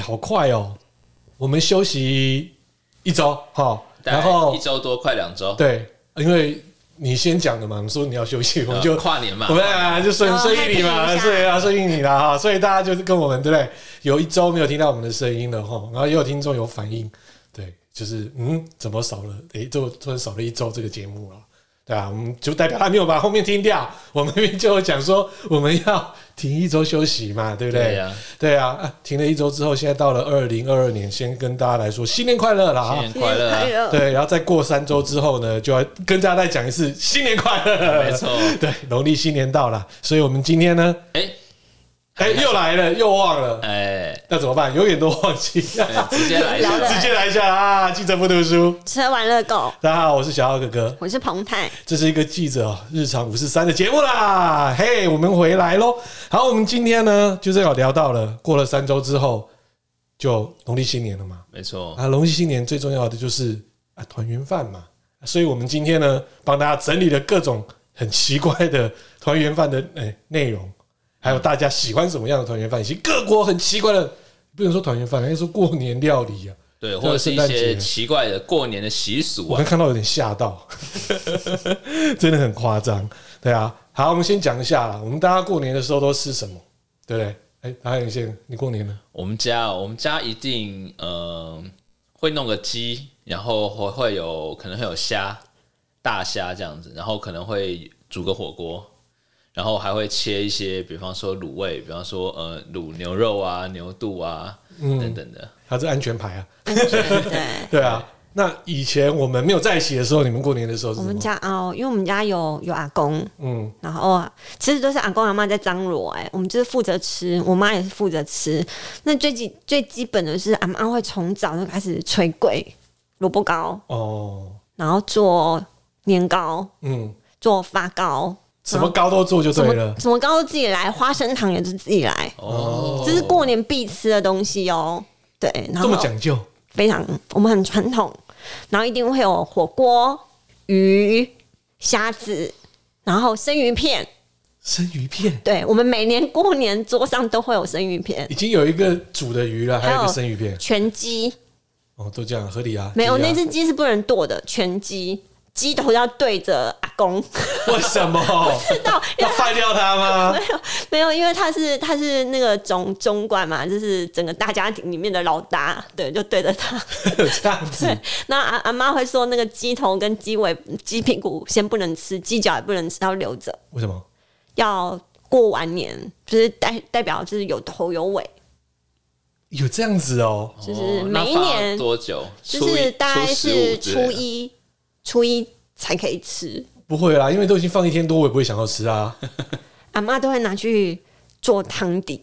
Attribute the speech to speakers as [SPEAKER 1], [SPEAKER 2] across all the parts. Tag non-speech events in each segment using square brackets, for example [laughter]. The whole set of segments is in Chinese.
[SPEAKER 1] 好快哦！我们休息一周，好，然后
[SPEAKER 2] 一周多，快两周，
[SPEAKER 1] 对，因为你先讲的嘛，你说你要休息，我们就
[SPEAKER 2] 呃跨年嘛
[SPEAKER 1] 我，们啊就顺
[SPEAKER 3] 哦
[SPEAKER 1] 顺应你嘛，
[SPEAKER 3] happy 一下
[SPEAKER 1] 对啊，顺应你啦哈，所以大家就是跟我们对不对？有一周没有听到我们的声音了哈，然后也有听众有反应，对，就是嗯，怎么少了？诶，这我突然少了一周这个节目了。对啊，我们就代表他没有把后面听掉。我们明明就有讲说我们要停一周休息嘛，对不对？
[SPEAKER 2] 对呀
[SPEAKER 1] [laughs] 对啊，啊停了一周之后，现在到了二零二二年，先跟大家来说新年快乐啦！
[SPEAKER 2] 新
[SPEAKER 1] 啊
[SPEAKER 2] 年快乐啊，
[SPEAKER 1] [laughs]
[SPEAKER 3] 哦
[SPEAKER 1] 对，然后再过三周之后呢，就要跟大家再讲一次新年快乐。 [laughs]
[SPEAKER 2] 没错
[SPEAKER 1] 对，农历新年到了，所以我们今天
[SPEAKER 2] [laughs]
[SPEAKER 1] 呢，
[SPEAKER 2] 哎
[SPEAKER 1] 哎、又来了，又忘了，
[SPEAKER 2] 哎，
[SPEAKER 1] 那怎么办？永远都忘
[SPEAKER 2] [laughs]
[SPEAKER 1] 记，
[SPEAKER 2] 哎直接来一
[SPEAKER 3] 聊
[SPEAKER 2] 下
[SPEAKER 3] 了
[SPEAKER 1] [laughs] 直接来一下啊！记者不读书，
[SPEAKER 3] 吃完了狗，
[SPEAKER 1] 大家好，我是小奥哥哥，
[SPEAKER 3] 我是彭泰，
[SPEAKER 1] 这是一个记者哦日常五十三的节目啦。嘿，我们回来喽。好，我们今天呢，就是有聊到了，过了三周之后，就农历新年了嘛。
[SPEAKER 2] 没错，
[SPEAKER 1] 啊，农历新年最重要的就是啊团圆饭嘛，所以我们今天呢帮大家整理了各种很奇怪的团圆饭的 [laughs] 哎内、容，还有大家喜欢什么样的团圆饭，以及各国很奇怪的，不能说团圆饭，啊应该说过年料理啊。
[SPEAKER 2] 对，或者是一
[SPEAKER 1] 圣诞节
[SPEAKER 2] 些奇怪的过年的习俗
[SPEAKER 1] 我
[SPEAKER 2] 啊
[SPEAKER 1] 刚，看到有点吓到， [laughs] 真的很夸张，对啊。好，我们先讲一下啦，我们大家过年的时候都吃什么，对不对？哎、还有一些你过年呢，
[SPEAKER 2] 我们家哦我们家一定呃会弄个鸡，然后会会有可能会有虾，大虾这样子，然后可能会煮个火锅，然后还会切一些，比方说卤味，比方说呃卤牛肉啊、牛肚啊、
[SPEAKER 1] 嗯
[SPEAKER 2] 等等的。
[SPEAKER 1] 它是安全牌啊，[laughs]
[SPEAKER 3] 对。
[SPEAKER 1] 对啊。那以前我们没有在一起的时候，你们过年的时候是
[SPEAKER 3] 我
[SPEAKER 1] 什么
[SPEAKER 3] 们？家哦，因为我们家有有阿公，
[SPEAKER 1] 嗯，
[SPEAKER 3] 然后啊其实都是阿公阿妈在张罗，哎，我们就是负责吃，我妈也是负责吃。那最基最基本的是，阿妈会从早就开始捶粿、萝卜糕，
[SPEAKER 1] 哦，
[SPEAKER 3] 然后做年糕、
[SPEAKER 1] 嗯，
[SPEAKER 3] 做发糕，
[SPEAKER 1] 什么糕都做就
[SPEAKER 3] 什
[SPEAKER 1] 对了
[SPEAKER 3] 么。什么糕都自己来，花生糖也是自己来，
[SPEAKER 2] 哦，
[SPEAKER 3] 这是过年必吃的东西哦。对，然
[SPEAKER 1] 这
[SPEAKER 3] 后
[SPEAKER 1] 么讲究，
[SPEAKER 3] 非常，我们很传统，然后一定会有火锅、鱼、虾子，然后生鱼片。
[SPEAKER 1] 生鱼片
[SPEAKER 3] 对，我们每年过年桌上都会有生鱼片
[SPEAKER 1] 已，经有一个煮的鱼了，还有一
[SPEAKER 3] 还
[SPEAKER 1] 个
[SPEAKER 3] 有
[SPEAKER 1] 生鱼片，
[SPEAKER 3] 全鸡
[SPEAKER 1] 哦，都这样合理啊。
[SPEAKER 3] 没有，
[SPEAKER 1] 对啊
[SPEAKER 3] 那只鸡是不能剁的，全鸡鸡头要对着阿公，
[SPEAKER 1] [laughs] 为什
[SPEAKER 3] [laughs]
[SPEAKER 1] 么
[SPEAKER 3] 到
[SPEAKER 1] 要废掉它吗？
[SPEAKER 3] 没有，因为他是他是那个总总管嘛，就是整个大家庭里面的老大，对，就对着他。
[SPEAKER 1] [laughs] 这样子
[SPEAKER 3] 对，那阿阿妈会说，那个鸡头跟鸡尾、鸡屁股先不能吃，鸡脚也不能吃，要留着，
[SPEAKER 1] 为什么？
[SPEAKER 3] 要过完年，就是代代表就是有头有尾，
[SPEAKER 1] 有这样子哦，
[SPEAKER 3] 就是
[SPEAKER 2] 哦
[SPEAKER 3] 每一
[SPEAKER 2] 那放
[SPEAKER 3] 年
[SPEAKER 2] 多久？
[SPEAKER 3] 就
[SPEAKER 2] 初一
[SPEAKER 3] 是大概
[SPEAKER 2] 15
[SPEAKER 3] 是初，
[SPEAKER 2] 之类的
[SPEAKER 3] 一初一才可以吃。
[SPEAKER 1] 不会啦，因为都已经放一天多，我也不会想要吃啊。
[SPEAKER 3] 阿妈都会拿去做汤底，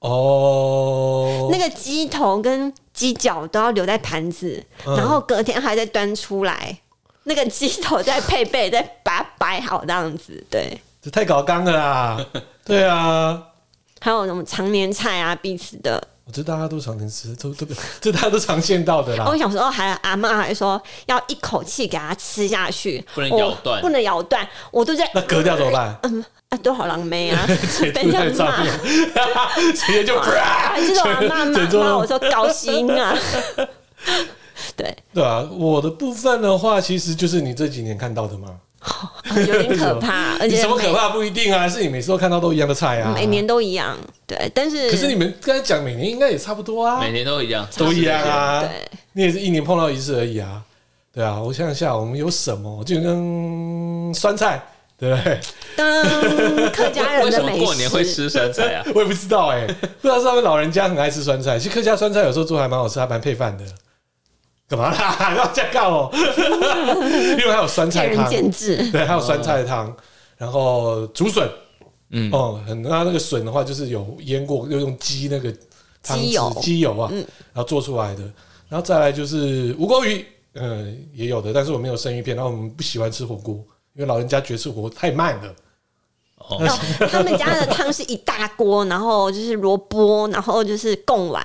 [SPEAKER 1] 哦
[SPEAKER 2] 哦
[SPEAKER 3] 那，个鸡头跟鸡脚都要留在盘子，
[SPEAKER 1] 嗯
[SPEAKER 3] 然后隔天还再端出来。那个鸡头再配备，再把它摆好这样子，对。
[SPEAKER 1] 这太搞纲了啦。对啊，
[SPEAKER 3] 还有什么常年菜啊，必吃的。
[SPEAKER 1] 我哦这大家都常能吃，都都这大家都常见到的
[SPEAKER 3] 然后
[SPEAKER 2] 啊
[SPEAKER 1] 啦
[SPEAKER 3] 我。想说，哦，还阿妈还说要一口气给它吃下去，
[SPEAKER 2] 不能
[SPEAKER 3] 我
[SPEAKER 2] 咬断
[SPEAKER 3] 不能咬断。我都在
[SPEAKER 1] 那割掉怎么办？
[SPEAKER 3] 啊，都好狼
[SPEAKER 1] [laughs]
[SPEAKER 3] 狈啊
[SPEAKER 1] 截，
[SPEAKER 3] 被人
[SPEAKER 1] 图
[SPEAKER 3] 家啊
[SPEAKER 1] 在上
[SPEAKER 3] 骂哦
[SPEAKER 1] 面。，直接就
[SPEAKER 3] 还是我阿妈骂
[SPEAKER 1] 整桌
[SPEAKER 3] 骂
[SPEAKER 1] 都
[SPEAKER 3] 我说高薪啊，对，
[SPEAKER 1] [laughs] 对啊，我的部分的话，其实就是你这几年看到的嘛。
[SPEAKER 3] 哦有点可怕，而
[SPEAKER 1] 你
[SPEAKER 3] 且
[SPEAKER 1] 什么
[SPEAKER 3] 每
[SPEAKER 1] 可怕不一定啊，是你每次都看到都一样的菜啊。
[SPEAKER 3] 每年都一样，对，但是
[SPEAKER 1] 可是你们刚才讲每年应该也差不多啊，
[SPEAKER 2] 每年都一样，
[SPEAKER 1] 都一样啊。
[SPEAKER 3] 对，
[SPEAKER 1] 你也是一年碰到一次而已啊。对啊，我想想下，我们有什么？就跟酸菜，对不对？
[SPEAKER 3] 当客家
[SPEAKER 2] 为
[SPEAKER 3] 人
[SPEAKER 2] 什
[SPEAKER 3] 的
[SPEAKER 2] 么
[SPEAKER 3] 美食，
[SPEAKER 2] 过年会吃酸菜
[SPEAKER 3] [laughs]
[SPEAKER 2] 啊？
[SPEAKER 1] [laughs] 我也不知道哎、不知道是他们老人家很爱吃酸菜。其实客家酸菜有时候做还蛮好吃，还蛮配饭的。干嘛啦？ [laughs] 要这样干
[SPEAKER 3] [laughs]
[SPEAKER 1] 哦？因为还有酸菜
[SPEAKER 3] 见
[SPEAKER 1] 汤
[SPEAKER 3] 仁，见智，
[SPEAKER 1] 对，还有酸菜汤，然后竹笋，
[SPEAKER 2] 嗯
[SPEAKER 1] 哦，很那那个笋的话，就是有腌过，又用鸡那个汤汁
[SPEAKER 3] 鸡油嗯
[SPEAKER 1] 鸡油啊，然后做出来的，然后再来就是无锅鱼，呃，也有的，但是我没有生鱼片，然后我们不喜欢吃火锅，因为老人家觉得吃火锅太慢了，
[SPEAKER 3] 哦，他们家的汤是一大锅，然后就是萝卜，然后就是贡丸，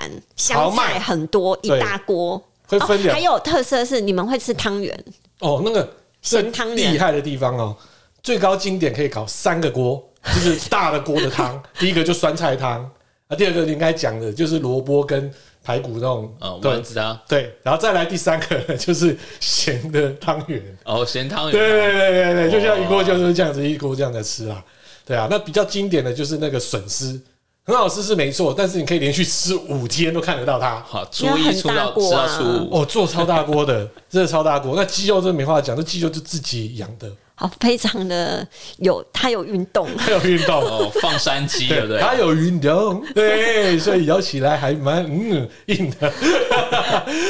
[SPEAKER 1] 豪
[SPEAKER 3] 香
[SPEAKER 1] 迈
[SPEAKER 3] 菜很多，一
[SPEAKER 1] 对
[SPEAKER 3] 大锅。
[SPEAKER 1] 会分
[SPEAKER 3] 哦、
[SPEAKER 1] 两
[SPEAKER 3] 还有特色是你们会吃汤圆，
[SPEAKER 1] 哦那个最
[SPEAKER 3] 咸汤圆
[SPEAKER 1] 厉害的地方哦，最高经典可以搞三个锅，就是大的锅的汤，第一个就酸菜汤啊，第二个你应该讲的就是萝卜跟排骨那种
[SPEAKER 2] 呃，
[SPEAKER 1] 对
[SPEAKER 2] 丸子啊，
[SPEAKER 1] 对，然后再来第三个就是咸的汤圆，
[SPEAKER 2] 哦，咸汤
[SPEAKER 1] 对
[SPEAKER 2] 圆
[SPEAKER 1] 对
[SPEAKER 2] 啊，
[SPEAKER 1] 对对对，就像
[SPEAKER 2] 哦
[SPEAKER 1] 一锅就是这样子，一锅这样在吃啊，对啊，那比较经典的就是那个笋丝，很好吃是没错，但是你可以连续吃五天都看得到它。
[SPEAKER 2] 好，初
[SPEAKER 3] 因为
[SPEAKER 2] 一
[SPEAKER 3] 很
[SPEAKER 2] 初
[SPEAKER 3] 大
[SPEAKER 2] 到
[SPEAKER 3] 锅
[SPEAKER 2] 吃到
[SPEAKER 3] 啊
[SPEAKER 2] 初五，
[SPEAKER 1] 哦，做超大锅的， [laughs] 真的超大锅。那鸡肉真的没话讲，这鸡肉就自己养的，
[SPEAKER 3] 好，非常的有，它有运动，
[SPEAKER 1] 还有运动， [laughs]
[SPEAKER 2] 哦，放山鸡，对不对？
[SPEAKER 1] 它有运动，对，所以咬起来还蛮嗯硬的， [laughs]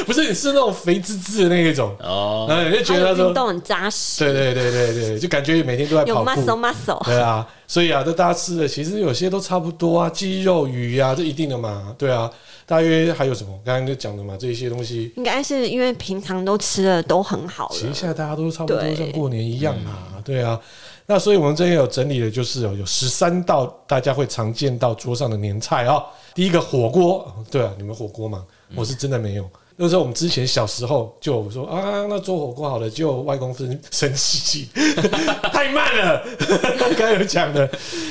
[SPEAKER 1] 不是你是那种肥滋滋的那一种，
[SPEAKER 2] 哦，
[SPEAKER 1] 然后你就
[SPEAKER 3] 它
[SPEAKER 1] 觉得
[SPEAKER 3] 有
[SPEAKER 1] 说
[SPEAKER 3] 运，动很扎实，
[SPEAKER 1] 对对对对对，就感觉每天都在
[SPEAKER 3] 有
[SPEAKER 1] 跑
[SPEAKER 3] muscle
[SPEAKER 1] 步。
[SPEAKER 3] muscle。
[SPEAKER 1] 对啊，所以啊，这大家吃的其实有些都差不多啊，鸡肉、鱼啊，这一定的嘛，对啊。大约还有什么？刚刚就讲的嘛，这一些东西，
[SPEAKER 3] 应该是因为平常都吃的都很好
[SPEAKER 1] 其实
[SPEAKER 3] 了，
[SPEAKER 1] 现在大家都差不多
[SPEAKER 3] 对
[SPEAKER 1] 像过年一样啊，对啊。那所以我们这边有整理的，就是哦，有十三道大家会常见到桌上的年菜哦。第一个火锅，哦对啊，你们火锅嘛，
[SPEAKER 2] 嗯
[SPEAKER 1] 我是真的没有。那时候我们之前小时候就有说啊，那做火锅好了，就外公生生气， [laughs] 太慢了， [laughs] 刚刚有讲的，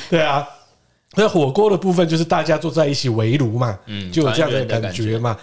[SPEAKER 1] 对啊。那火锅的部分就是大家坐在一起围炉嘛，
[SPEAKER 2] 嗯
[SPEAKER 1] 就有这样的
[SPEAKER 2] 团圆的
[SPEAKER 1] 感
[SPEAKER 2] 感
[SPEAKER 1] 觉
[SPEAKER 2] 觉
[SPEAKER 1] 嘛。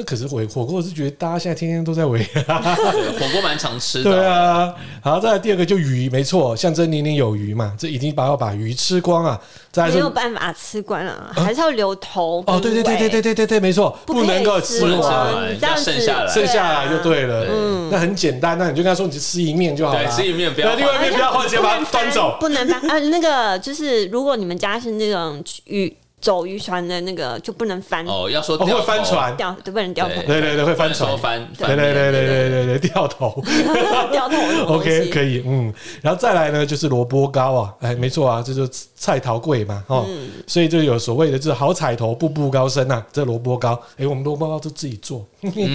[SPEAKER 1] 那可是火火锅，我是觉得大家现在天天都在围，
[SPEAKER 2] 对火锅蛮常吃的，
[SPEAKER 1] 对啊，好，再来第二个就鱼，没错，象征年年有余嘛，这已经把要把鱼吃光啊。再来
[SPEAKER 3] 没
[SPEAKER 1] 是
[SPEAKER 3] 有办法吃光啊，还是要留头。
[SPEAKER 1] 哦，对对对对对
[SPEAKER 3] 对，
[SPEAKER 1] 对对对，没错，
[SPEAKER 3] 不可以
[SPEAKER 1] 能够
[SPEAKER 3] 吃
[SPEAKER 1] 吃
[SPEAKER 2] 不能吃
[SPEAKER 1] 完，
[SPEAKER 2] 完
[SPEAKER 3] 你这样
[SPEAKER 2] 要剩
[SPEAKER 3] 子
[SPEAKER 2] 下来
[SPEAKER 1] 剩下来就
[SPEAKER 3] 对
[SPEAKER 1] 对
[SPEAKER 3] 啊。
[SPEAKER 1] 了。嗯，那很简单，那你就跟他说你就吃一面就好
[SPEAKER 2] 对，
[SPEAKER 1] 了。
[SPEAKER 2] 吃一面不
[SPEAKER 1] 那
[SPEAKER 2] 要
[SPEAKER 1] 另外一
[SPEAKER 2] 换，
[SPEAKER 1] 面不要换，直接把它端走。
[SPEAKER 3] 哎不能翻。呃，那个就是，如果你们家是那种渔走渔船的那个，就不能翻
[SPEAKER 2] 哦，要说
[SPEAKER 1] 哦，会
[SPEAKER 2] 掉
[SPEAKER 1] 翻
[SPEAKER 2] 头，
[SPEAKER 1] 船。
[SPEAKER 3] 掉，对，不能掉头，
[SPEAKER 1] 对对对，会翻
[SPEAKER 2] 不能
[SPEAKER 1] 船
[SPEAKER 2] 说。翻，
[SPEAKER 1] 对
[SPEAKER 2] 翻
[SPEAKER 1] 对
[SPEAKER 2] 面
[SPEAKER 1] 对对对对对，掉头。
[SPEAKER 3] [laughs] 掉头什么
[SPEAKER 1] [laughs]
[SPEAKER 3] 东
[SPEAKER 1] OK，
[SPEAKER 3] 西。
[SPEAKER 1] 可以，嗯，然后再来呢，就是萝卜糕啊，哎，没错啊，这就是菜桃贵嘛，哦，所以就有所谓的这好彩头，步步高升啊，这萝卜糕，哎，我们萝卜糕都自己做，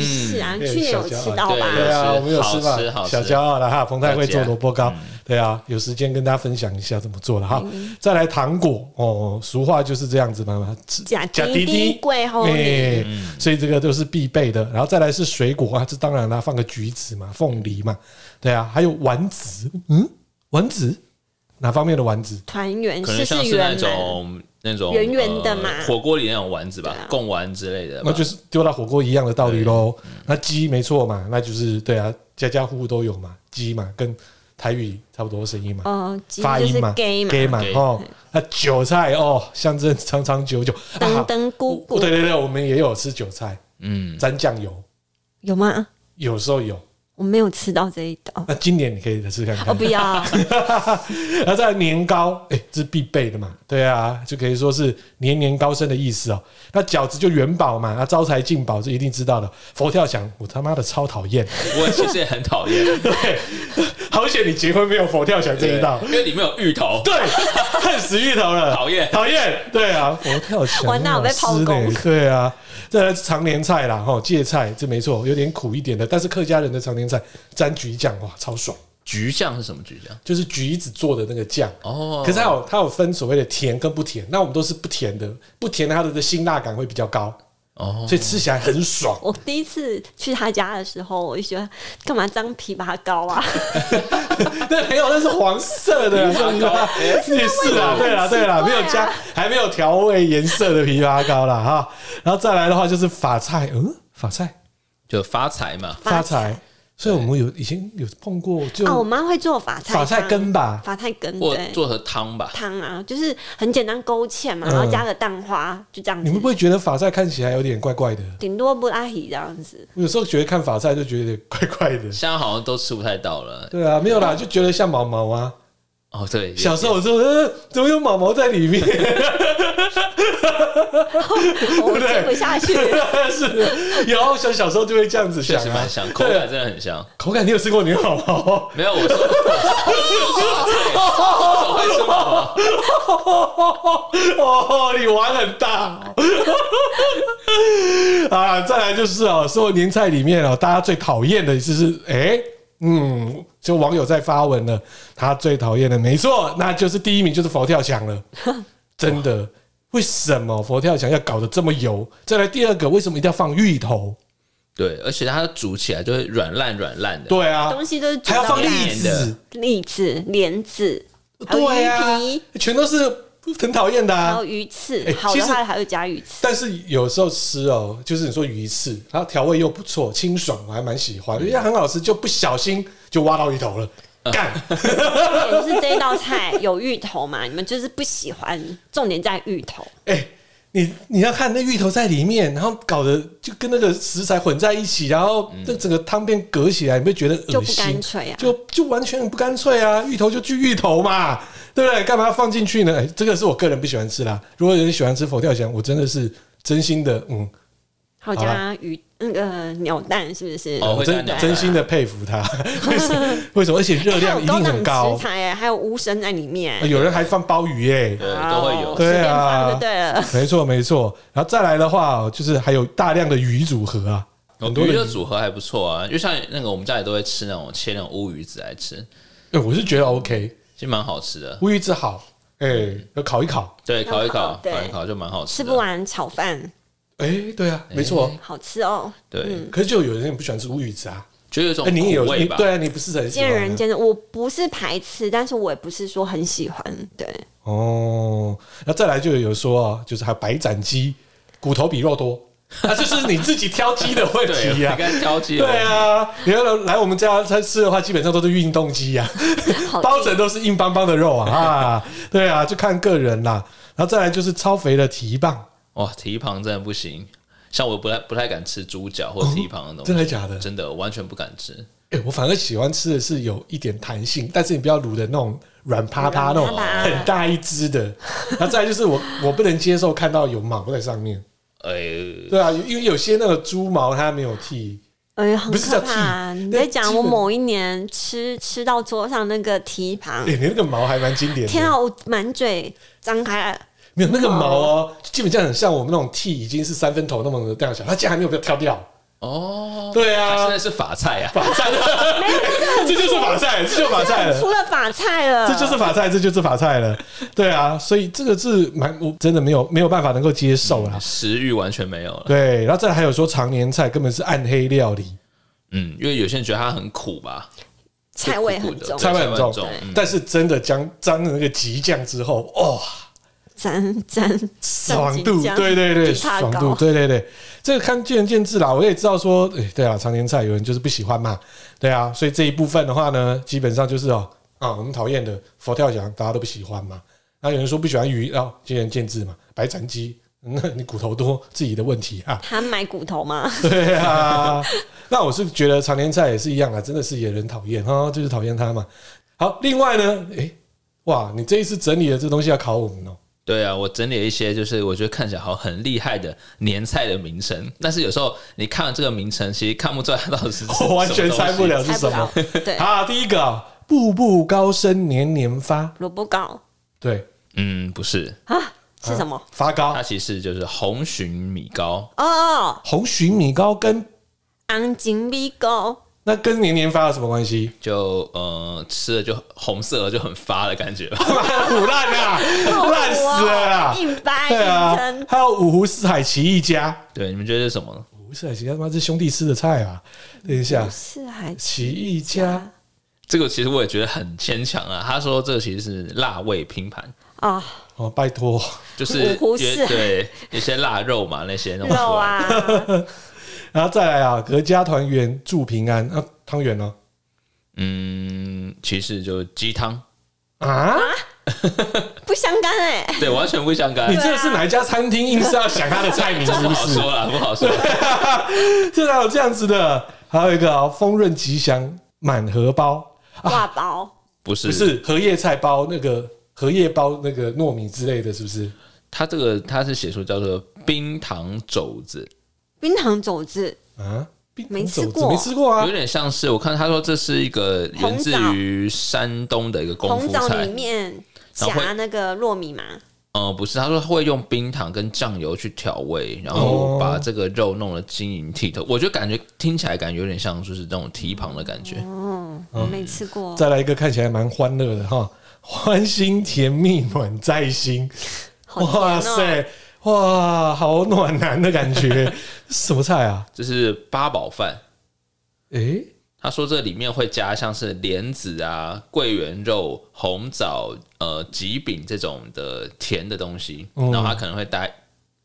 [SPEAKER 3] 是
[SPEAKER 2] 嗯
[SPEAKER 3] 啊，
[SPEAKER 1] 对
[SPEAKER 3] 去年有
[SPEAKER 1] 小
[SPEAKER 3] 吃
[SPEAKER 1] 骄
[SPEAKER 3] 到
[SPEAKER 1] 傲
[SPEAKER 3] 吧？
[SPEAKER 1] 对啊，
[SPEAKER 2] 好吃
[SPEAKER 1] 我们有吃嘛
[SPEAKER 2] 好吃，好吃
[SPEAKER 1] 小骄傲了哈，彭泰会
[SPEAKER 2] 了
[SPEAKER 1] 做
[SPEAKER 2] 解嗯
[SPEAKER 1] 萝卜糕，对啊，有时间跟大家分享一下怎么做了哈，再来糖果哦，俗话就是这样子嘛，吃
[SPEAKER 3] 假
[SPEAKER 1] 假
[SPEAKER 3] 滴滴贵后你
[SPEAKER 1] 哎
[SPEAKER 2] 嗯
[SPEAKER 1] 所以这个都是必备的。然后再来是水果啊，这当然啦，放个橘子嘛，凤梨嘛，对啊，还有丸子，嗯，丸子哪方面的丸子？
[SPEAKER 3] 团圆
[SPEAKER 2] 可能
[SPEAKER 3] 是
[SPEAKER 2] 像是那
[SPEAKER 3] 圆满，
[SPEAKER 2] 种那种
[SPEAKER 3] 圆圆的嘛
[SPEAKER 2] 呃火锅里那种丸子吧
[SPEAKER 3] 对啊，
[SPEAKER 2] 贡丸之类的吧，
[SPEAKER 1] 那就是丢到火锅一样的道理喽。
[SPEAKER 2] 嗯
[SPEAKER 1] 那鸡没错嘛，那就是对啊，家家户户都有嘛，鸡嘛，跟台语差不多的声音嘛。
[SPEAKER 3] 哦，其实
[SPEAKER 1] 发
[SPEAKER 3] 就是
[SPEAKER 1] 音嘛
[SPEAKER 3] gay
[SPEAKER 1] ，gay
[SPEAKER 3] 嘛，
[SPEAKER 1] 嘛
[SPEAKER 2] 对
[SPEAKER 1] 哦，那韭菜哦，象征长长久久。
[SPEAKER 3] [laughs] 噔
[SPEAKER 1] 啊
[SPEAKER 3] 噔咕咕
[SPEAKER 1] 对对对，我们也有吃韭菜
[SPEAKER 2] 嗯，
[SPEAKER 1] 沾酱油，
[SPEAKER 3] 有吗？
[SPEAKER 1] 有时候有。
[SPEAKER 3] 我没有吃到这一道， [laughs]
[SPEAKER 1] 那今年你可以试看看。
[SPEAKER 3] 哦，不要，
[SPEAKER 1] 然后再来年糕，哎、这是必备的嘛，对啊，就可以说是年年高升的意思哦。那饺子就元宝嘛，那招财进宝是一定知道的。佛跳墙，我他妈的超讨厌，
[SPEAKER 2] 我其实也很
[SPEAKER 1] [laughs]
[SPEAKER 2] 讨厌，
[SPEAKER 1] 对，好险你结婚没有佛跳墙这一道，
[SPEAKER 2] 因为里面有芋头，
[SPEAKER 1] 对，恨死芋头了，
[SPEAKER 2] 讨厌
[SPEAKER 1] 讨厌，对啊，佛跳墙，
[SPEAKER 3] 完蛋我被炮
[SPEAKER 1] 老师
[SPEAKER 3] 轰
[SPEAKER 1] 嘞对啊，再来是常年菜啦，吼，芥菜这没错，有点苦一点的，但是客家人的常年菜沾橘酱哇，超爽，
[SPEAKER 2] 橘酱是什么橘酱？
[SPEAKER 1] 就是橘子做的那个酱。
[SPEAKER 2] 哦，
[SPEAKER 1] 可是它有它有分所谓的甜跟不甜，那我们都是不甜的，不甜的它的辛辣感会比较高，
[SPEAKER 2] 哦，
[SPEAKER 1] 所以吃起来很爽。
[SPEAKER 3] 我第一次去他家的时候，我就觉得干嘛张枇杷膏啊？
[SPEAKER 1] 那没有，那是黄色的，
[SPEAKER 2] 枇杷膏
[SPEAKER 1] 也 [laughs] 是啦，对啦，对啦，啊没有加，还没有调味颜色的枇杷膏啦哈。然后再来的话就是法菜，嗯，法菜
[SPEAKER 2] 就发财嘛，
[SPEAKER 1] [laughs] 发
[SPEAKER 3] 发
[SPEAKER 1] 财，所以我们有以前有碰过，就
[SPEAKER 3] 啊，我妈会做法菜
[SPEAKER 1] 法
[SPEAKER 3] 汤，
[SPEAKER 1] 菜根吧，
[SPEAKER 3] 法菜根
[SPEAKER 2] 或
[SPEAKER 3] 对
[SPEAKER 2] 做成汤吧，
[SPEAKER 3] 汤啊，就是很简单勾芡嘛，
[SPEAKER 1] 嗯
[SPEAKER 3] 然后加个蛋花，就这样
[SPEAKER 1] 你
[SPEAKER 3] 子
[SPEAKER 1] 们，不会觉得法菜看起来有点怪怪的？
[SPEAKER 3] 顶多不阿姨这样
[SPEAKER 1] [laughs]
[SPEAKER 3] 子。
[SPEAKER 1] 我有时候觉得看法菜就觉得有点怪怪
[SPEAKER 3] [laughs]
[SPEAKER 1] 的。
[SPEAKER 2] 现在好像都吃不太到了。
[SPEAKER 1] 对啊，没有啦，就觉得像毛毛啊。
[SPEAKER 2] 哦，对，
[SPEAKER 1] 小时候我说，呃，怎么有毛毛在里面？
[SPEAKER 3] [laughs] 我接不下去，
[SPEAKER 1] [laughs] 是的，有小小时候就会这样子
[SPEAKER 2] 确
[SPEAKER 1] 想
[SPEAKER 2] 实
[SPEAKER 1] 啊
[SPEAKER 2] 蛮。像，口
[SPEAKER 1] 对啊
[SPEAKER 2] 感真的很像。
[SPEAKER 1] 口感你有吃过牛毛毛？
[SPEAKER 2] 没有，我说我会吃吗？
[SPEAKER 1] [laughs] 哦，你玩很大 [laughs] 哦啊！再来就是哦，所有年菜里面哦，大家最讨厌的就是哎、嗯，就网友在发文了，他最讨厌的，没错，那就是第一名就是佛跳墙
[SPEAKER 3] [laughs]
[SPEAKER 1] 了，真的。为什么佛跳墙要搞得这么油？再来第二个，为什么一定要放芋头？
[SPEAKER 2] 对，而且它煮起来就会软烂软烂的。
[SPEAKER 1] 对啊，
[SPEAKER 3] 东西都是煮
[SPEAKER 1] 还要
[SPEAKER 3] 到
[SPEAKER 1] 放
[SPEAKER 3] 烂
[SPEAKER 1] 栗
[SPEAKER 2] 栗
[SPEAKER 1] 子
[SPEAKER 2] 子，
[SPEAKER 3] 栗子、莲子，还有
[SPEAKER 1] 对啊
[SPEAKER 3] 鱼皮，
[SPEAKER 1] 全都是很讨厌的、
[SPEAKER 3] 还
[SPEAKER 1] 啊
[SPEAKER 3] 有。鱼刺
[SPEAKER 1] 哎，
[SPEAKER 3] 好
[SPEAKER 1] 其
[SPEAKER 3] 的
[SPEAKER 1] 实
[SPEAKER 3] 话还会加鱼刺。
[SPEAKER 1] 但是有时候吃哦，就是你说鱼翅，然后调味又不错，清爽，我还蛮喜欢，因为它很好吃，就不小心就挖到鱼头了，干、 [laughs]
[SPEAKER 3] 重点是这一道菜有芋头嘛，你们就是不喜欢，重点在芋头。
[SPEAKER 1] 哎、你你要看那芋头在里面，然后搞得就跟那个食材混在一起，然后这整个汤变隔起来，你会觉得
[SPEAKER 3] 就
[SPEAKER 1] 恶
[SPEAKER 3] 不
[SPEAKER 1] 心，
[SPEAKER 3] 干脆啊
[SPEAKER 1] 就就完全很不干脆啊！芋头就去芋头嘛，对不对？干嘛要放进去呢？哎、这个是我个人不喜欢吃啦。如果有人喜欢吃佛跳墙，我真的是真心的，嗯，
[SPEAKER 3] 还有
[SPEAKER 1] 啊
[SPEAKER 3] 加鱼那个扭蛋是不是？
[SPEAKER 2] 哦
[SPEAKER 1] 我
[SPEAKER 2] 会加
[SPEAKER 1] 真
[SPEAKER 2] 牛奶
[SPEAKER 1] 真心的佩服他， [laughs] 为什么？为什么？而且热
[SPEAKER 3] 哎还
[SPEAKER 1] 量
[SPEAKER 3] 有
[SPEAKER 1] 一定
[SPEAKER 3] 高
[SPEAKER 1] 很
[SPEAKER 3] 档
[SPEAKER 1] 高
[SPEAKER 3] 食。材哎，还有无声在里面
[SPEAKER 1] 啊，有人还放鲍鱼耶、
[SPEAKER 2] 对，
[SPEAKER 3] 好
[SPEAKER 2] 都会有。
[SPEAKER 3] 随
[SPEAKER 1] 对
[SPEAKER 3] 便
[SPEAKER 1] 啊
[SPEAKER 3] 放就对了。
[SPEAKER 1] 没错没错。然后再来的话哦，就是还有大量的鱼组合啊，
[SPEAKER 2] 我
[SPEAKER 1] 很多的
[SPEAKER 2] 哦鱼
[SPEAKER 1] 鱼
[SPEAKER 2] 的组合还不错啊，就像那个我们家里都会吃那种切那种乌鱼子来吃，
[SPEAKER 1] 哎、我是觉得 OK。
[SPEAKER 2] 其实蛮好吃的。
[SPEAKER 1] 乌鱼子好，哎、
[SPEAKER 2] 嗯
[SPEAKER 1] 要烤一烤，
[SPEAKER 2] 对，烤一烤，
[SPEAKER 3] 对
[SPEAKER 2] 烤一烤就蛮好吃
[SPEAKER 3] [laughs] 吃
[SPEAKER 2] 的。
[SPEAKER 3] 不完炒饭
[SPEAKER 1] 哎、对啊，没错。
[SPEAKER 3] 好吃哦，
[SPEAKER 2] 对，
[SPEAKER 1] 可是就有人不喜欢吃乌鱼子啊，
[SPEAKER 2] 就有一种
[SPEAKER 1] 哎、你也有
[SPEAKER 2] 苦哦味
[SPEAKER 1] 你
[SPEAKER 2] 吧？
[SPEAKER 1] 对啊，你不是很喜
[SPEAKER 3] 见
[SPEAKER 1] 欢啊
[SPEAKER 3] 仁见智。我不是排斥，但是我也不是说很喜欢。对，
[SPEAKER 1] 哦。那再来就有说啊，就是还有白斩鸡，骨头比肉多，啊，就是你自己挑鸡的问
[SPEAKER 2] 对，
[SPEAKER 1] 题
[SPEAKER 2] 你
[SPEAKER 1] 呀、啊。
[SPEAKER 2] 该挑剔
[SPEAKER 1] 对
[SPEAKER 2] 了。
[SPEAKER 1] 啊，你要来我们家餐吃的话，基本上都是运动鸡啊。
[SPEAKER 3] 好
[SPEAKER 1] 包拯都是硬邦邦的肉啊啊，对啊，就看个人啦。然后再来就是超肥的蹄膀，
[SPEAKER 2] 哇，哦蹄膀真的不行，像我不太不太敢吃猪脚或蹄膀的东
[SPEAKER 1] 哦真的
[SPEAKER 2] 西，
[SPEAKER 1] 假的？
[SPEAKER 2] 哦真的我完全不敢吃。
[SPEAKER 1] 哎、我反而喜欢吃的是有一点弹性，但是你不要卤的那种软趴趴那种
[SPEAKER 3] 软趴趴
[SPEAKER 1] 很大一只的。然后再来就是我 [laughs] 我不能接受看到有毛在上面，
[SPEAKER 2] 呃，
[SPEAKER 1] 对啊，因为有些那个猪毛它没有剃，
[SPEAKER 3] 哎呀，很
[SPEAKER 1] 不是叫
[SPEAKER 3] 可
[SPEAKER 1] 剃
[SPEAKER 3] 怕！你
[SPEAKER 1] 那
[SPEAKER 3] 在
[SPEAKER 1] 基
[SPEAKER 3] 讲
[SPEAKER 1] 本
[SPEAKER 3] 我某一年吃吃到桌上那个蹄膀
[SPEAKER 1] 哎、，你那个毛还蛮经典的。
[SPEAKER 3] 天啊，我满嘴张开来，
[SPEAKER 1] 没有那个毛哦，基本上很像我们那种剃已经是三分头那么的大小，它竟然还没有被挑掉。
[SPEAKER 2] 哦，
[SPEAKER 1] 对啊
[SPEAKER 2] 它现在是法菜啊，
[SPEAKER 1] 法菜，这就是法菜，这就是法菜了。
[SPEAKER 3] 出了法菜了，
[SPEAKER 1] 这就是法菜，这就是法菜了，对啊，所以这个是蛮我真的没有没有办法能够接受啦。
[SPEAKER 2] [laughs] 食欲完全没有了。
[SPEAKER 1] 对，然后再来还有说常年菜根本是暗黑料理，
[SPEAKER 2] 嗯，因为有些人觉得它很苦吧，
[SPEAKER 3] 菜味
[SPEAKER 2] 苦
[SPEAKER 3] 很
[SPEAKER 2] 苦的
[SPEAKER 3] 重，
[SPEAKER 1] 菜味很重
[SPEAKER 2] 重嗯
[SPEAKER 1] 但是真的将沾了那个极酱之后，哇、
[SPEAKER 3] 沾沾
[SPEAKER 1] 爽度，对对对，爽度，
[SPEAKER 3] 对，
[SPEAKER 1] 对对对，这个看见仁见智啦。我也知道说，哎、对啊，常年菜有人就是不喜欢嘛，对啊，所以这一部分的话呢，基本上就是哦，啊，我们讨厌的佛跳墙大家都不喜欢嘛，那有人说不喜欢鱼，啊，见仁见智嘛，白斩鸡。 [laughs] 那你骨头多，自己的问题啊。 [laughs]
[SPEAKER 3] 他买骨头吗？
[SPEAKER 1] 对啊，那我是觉得常年菜也是一样啊，真的是也人讨厌哈，就是讨厌它嘛。好，另外呢，诶，哇，你这一次整理的这东西要考我们哦、
[SPEAKER 2] 对啊，我整理了一些，就是我觉得看起来好像很厉害的年菜的名称，但是有时候你看了这个名称，其实看不出来它到底是
[SPEAKER 1] [laughs] 我完全
[SPEAKER 2] 什么东
[SPEAKER 1] 猜
[SPEAKER 2] 西
[SPEAKER 1] 不。了是
[SPEAKER 3] 猜不
[SPEAKER 1] 什
[SPEAKER 3] 到
[SPEAKER 1] 么。，
[SPEAKER 3] 对，
[SPEAKER 1] 好，第一个啊、步步高升，年年发，
[SPEAKER 3] 萝卜糕
[SPEAKER 1] 对，
[SPEAKER 2] 嗯，不是，
[SPEAKER 3] 啊是
[SPEAKER 1] [laughs]
[SPEAKER 3] 什么？
[SPEAKER 1] 发糕
[SPEAKER 2] 它，其实就是红鲟米糕，
[SPEAKER 1] 啊
[SPEAKER 3] 哦，
[SPEAKER 1] 红鲟米糕跟
[SPEAKER 3] 昂金米糕，
[SPEAKER 1] 那跟年年发有什么关系？ [laughs]
[SPEAKER 2] 就呃吃了就红色了就很发的感觉吧。
[SPEAKER 1] 妈的腐烂啊，烂死了啊啦！
[SPEAKER 3] 硬掰
[SPEAKER 1] 对
[SPEAKER 3] 硬
[SPEAKER 1] 啊
[SPEAKER 3] 撑，，
[SPEAKER 1] 还有五湖四海奇一家，
[SPEAKER 2] 对，你们觉得是什么呢？
[SPEAKER 1] 五湖四海奇一家他妈是兄弟吃的菜啊！等一下，
[SPEAKER 3] 是还
[SPEAKER 1] 奇一家。
[SPEAKER 2] 这个其实我也觉得很牵强啊。他说这个其实是辣味拼盘，
[SPEAKER 3] 哦，
[SPEAKER 1] 哦，拜托，
[SPEAKER 2] 就是
[SPEAKER 3] 五湖
[SPEAKER 2] 因为
[SPEAKER 3] 四海
[SPEAKER 2] 对一些腊肉嘛那些那种
[SPEAKER 3] 肉啊，
[SPEAKER 1] 然后再来啊，阖家团圆祝平安啊，汤圆呢？
[SPEAKER 2] 嗯，其实就是鸡汤，
[SPEAKER 1] 啊，
[SPEAKER 3] 不相干
[SPEAKER 1] [laughs]
[SPEAKER 3] 哎，
[SPEAKER 2] 对，完全不相干
[SPEAKER 1] 你。这个
[SPEAKER 3] 啊
[SPEAKER 1] 是哪一家餐厅？硬是要想它的菜名，
[SPEAKER 2] [laughs] 这
[SPEAKER 1] 是
[SPEAKER 2] 不
[SPEAKER 1] 不
[SPEAKER 2] 好
[SPEAKER 1] 是？
[SPEAKER 2] 说啦，不好说。
[SPEAKER 1] [laughs] 是哪有这样子的？还有一个啊，丰润吉祥满荷包，
[SPEAKER 3] 挂包
[SPEAKER 2] 不是，
[SPEAKER 1] 不是荷叶菜包，那个荷叶包那个糯米之类的，是不是？
[SPEAKER 2] 它这个它是写出叫做冰糖肘子，
[SPEAKER 3] 冰糖肘子，
[SPEAKER 1] 啊，冰
[SPEAKER 3] 没吃
[SPEAKER 1] 肘子
[SPEAKER 3] 过
[SPEAKER 1] 没吃过啊
[SPEAKER 2] 有。点像是我看他说这是一个源自于山东的一个功
[SPEAKER 3] 红
[SPEAKER 2] 夫
[SPEAKER 3] 枣
[SPEAKER 2] 菜
[SPEAKER 3] 里，面
[SPEAKER 2] 然后会
[SPEAKER 3] 夹那个糯米嘛，
[SPEAKER 2] 嗯、不是，他说会用冰糖跟酱油去调味，然后
[SPEAKER 1] 哦
[SPEAKER 2] 把这个肉弄得晶莹剔透，我觉得感觉听起来感觉有点像就是那种蹄膀的感觉，
[SPEAKER 1] 嗯
[SPEAKER 3] 哦，我没吃过，
[SPEAKER 1] 再来一个看起来蛮欢乐的哈，欢欣甜蜜暖在心，
[SPEAKER 3] 好甜哦
[SPEAKER 1] 哇塞，哇，好 [laughs] 暖男的感觉，这是什么菜啊？
[SPEAKER 2] 这是八宝饭，
[SPEAKER 1] 诶，
[SPEAKER 2] 他说这里面会加像是莲子啊、桂圆肉、红枣、呃吉饼这种的甜的东西，然后他可能会带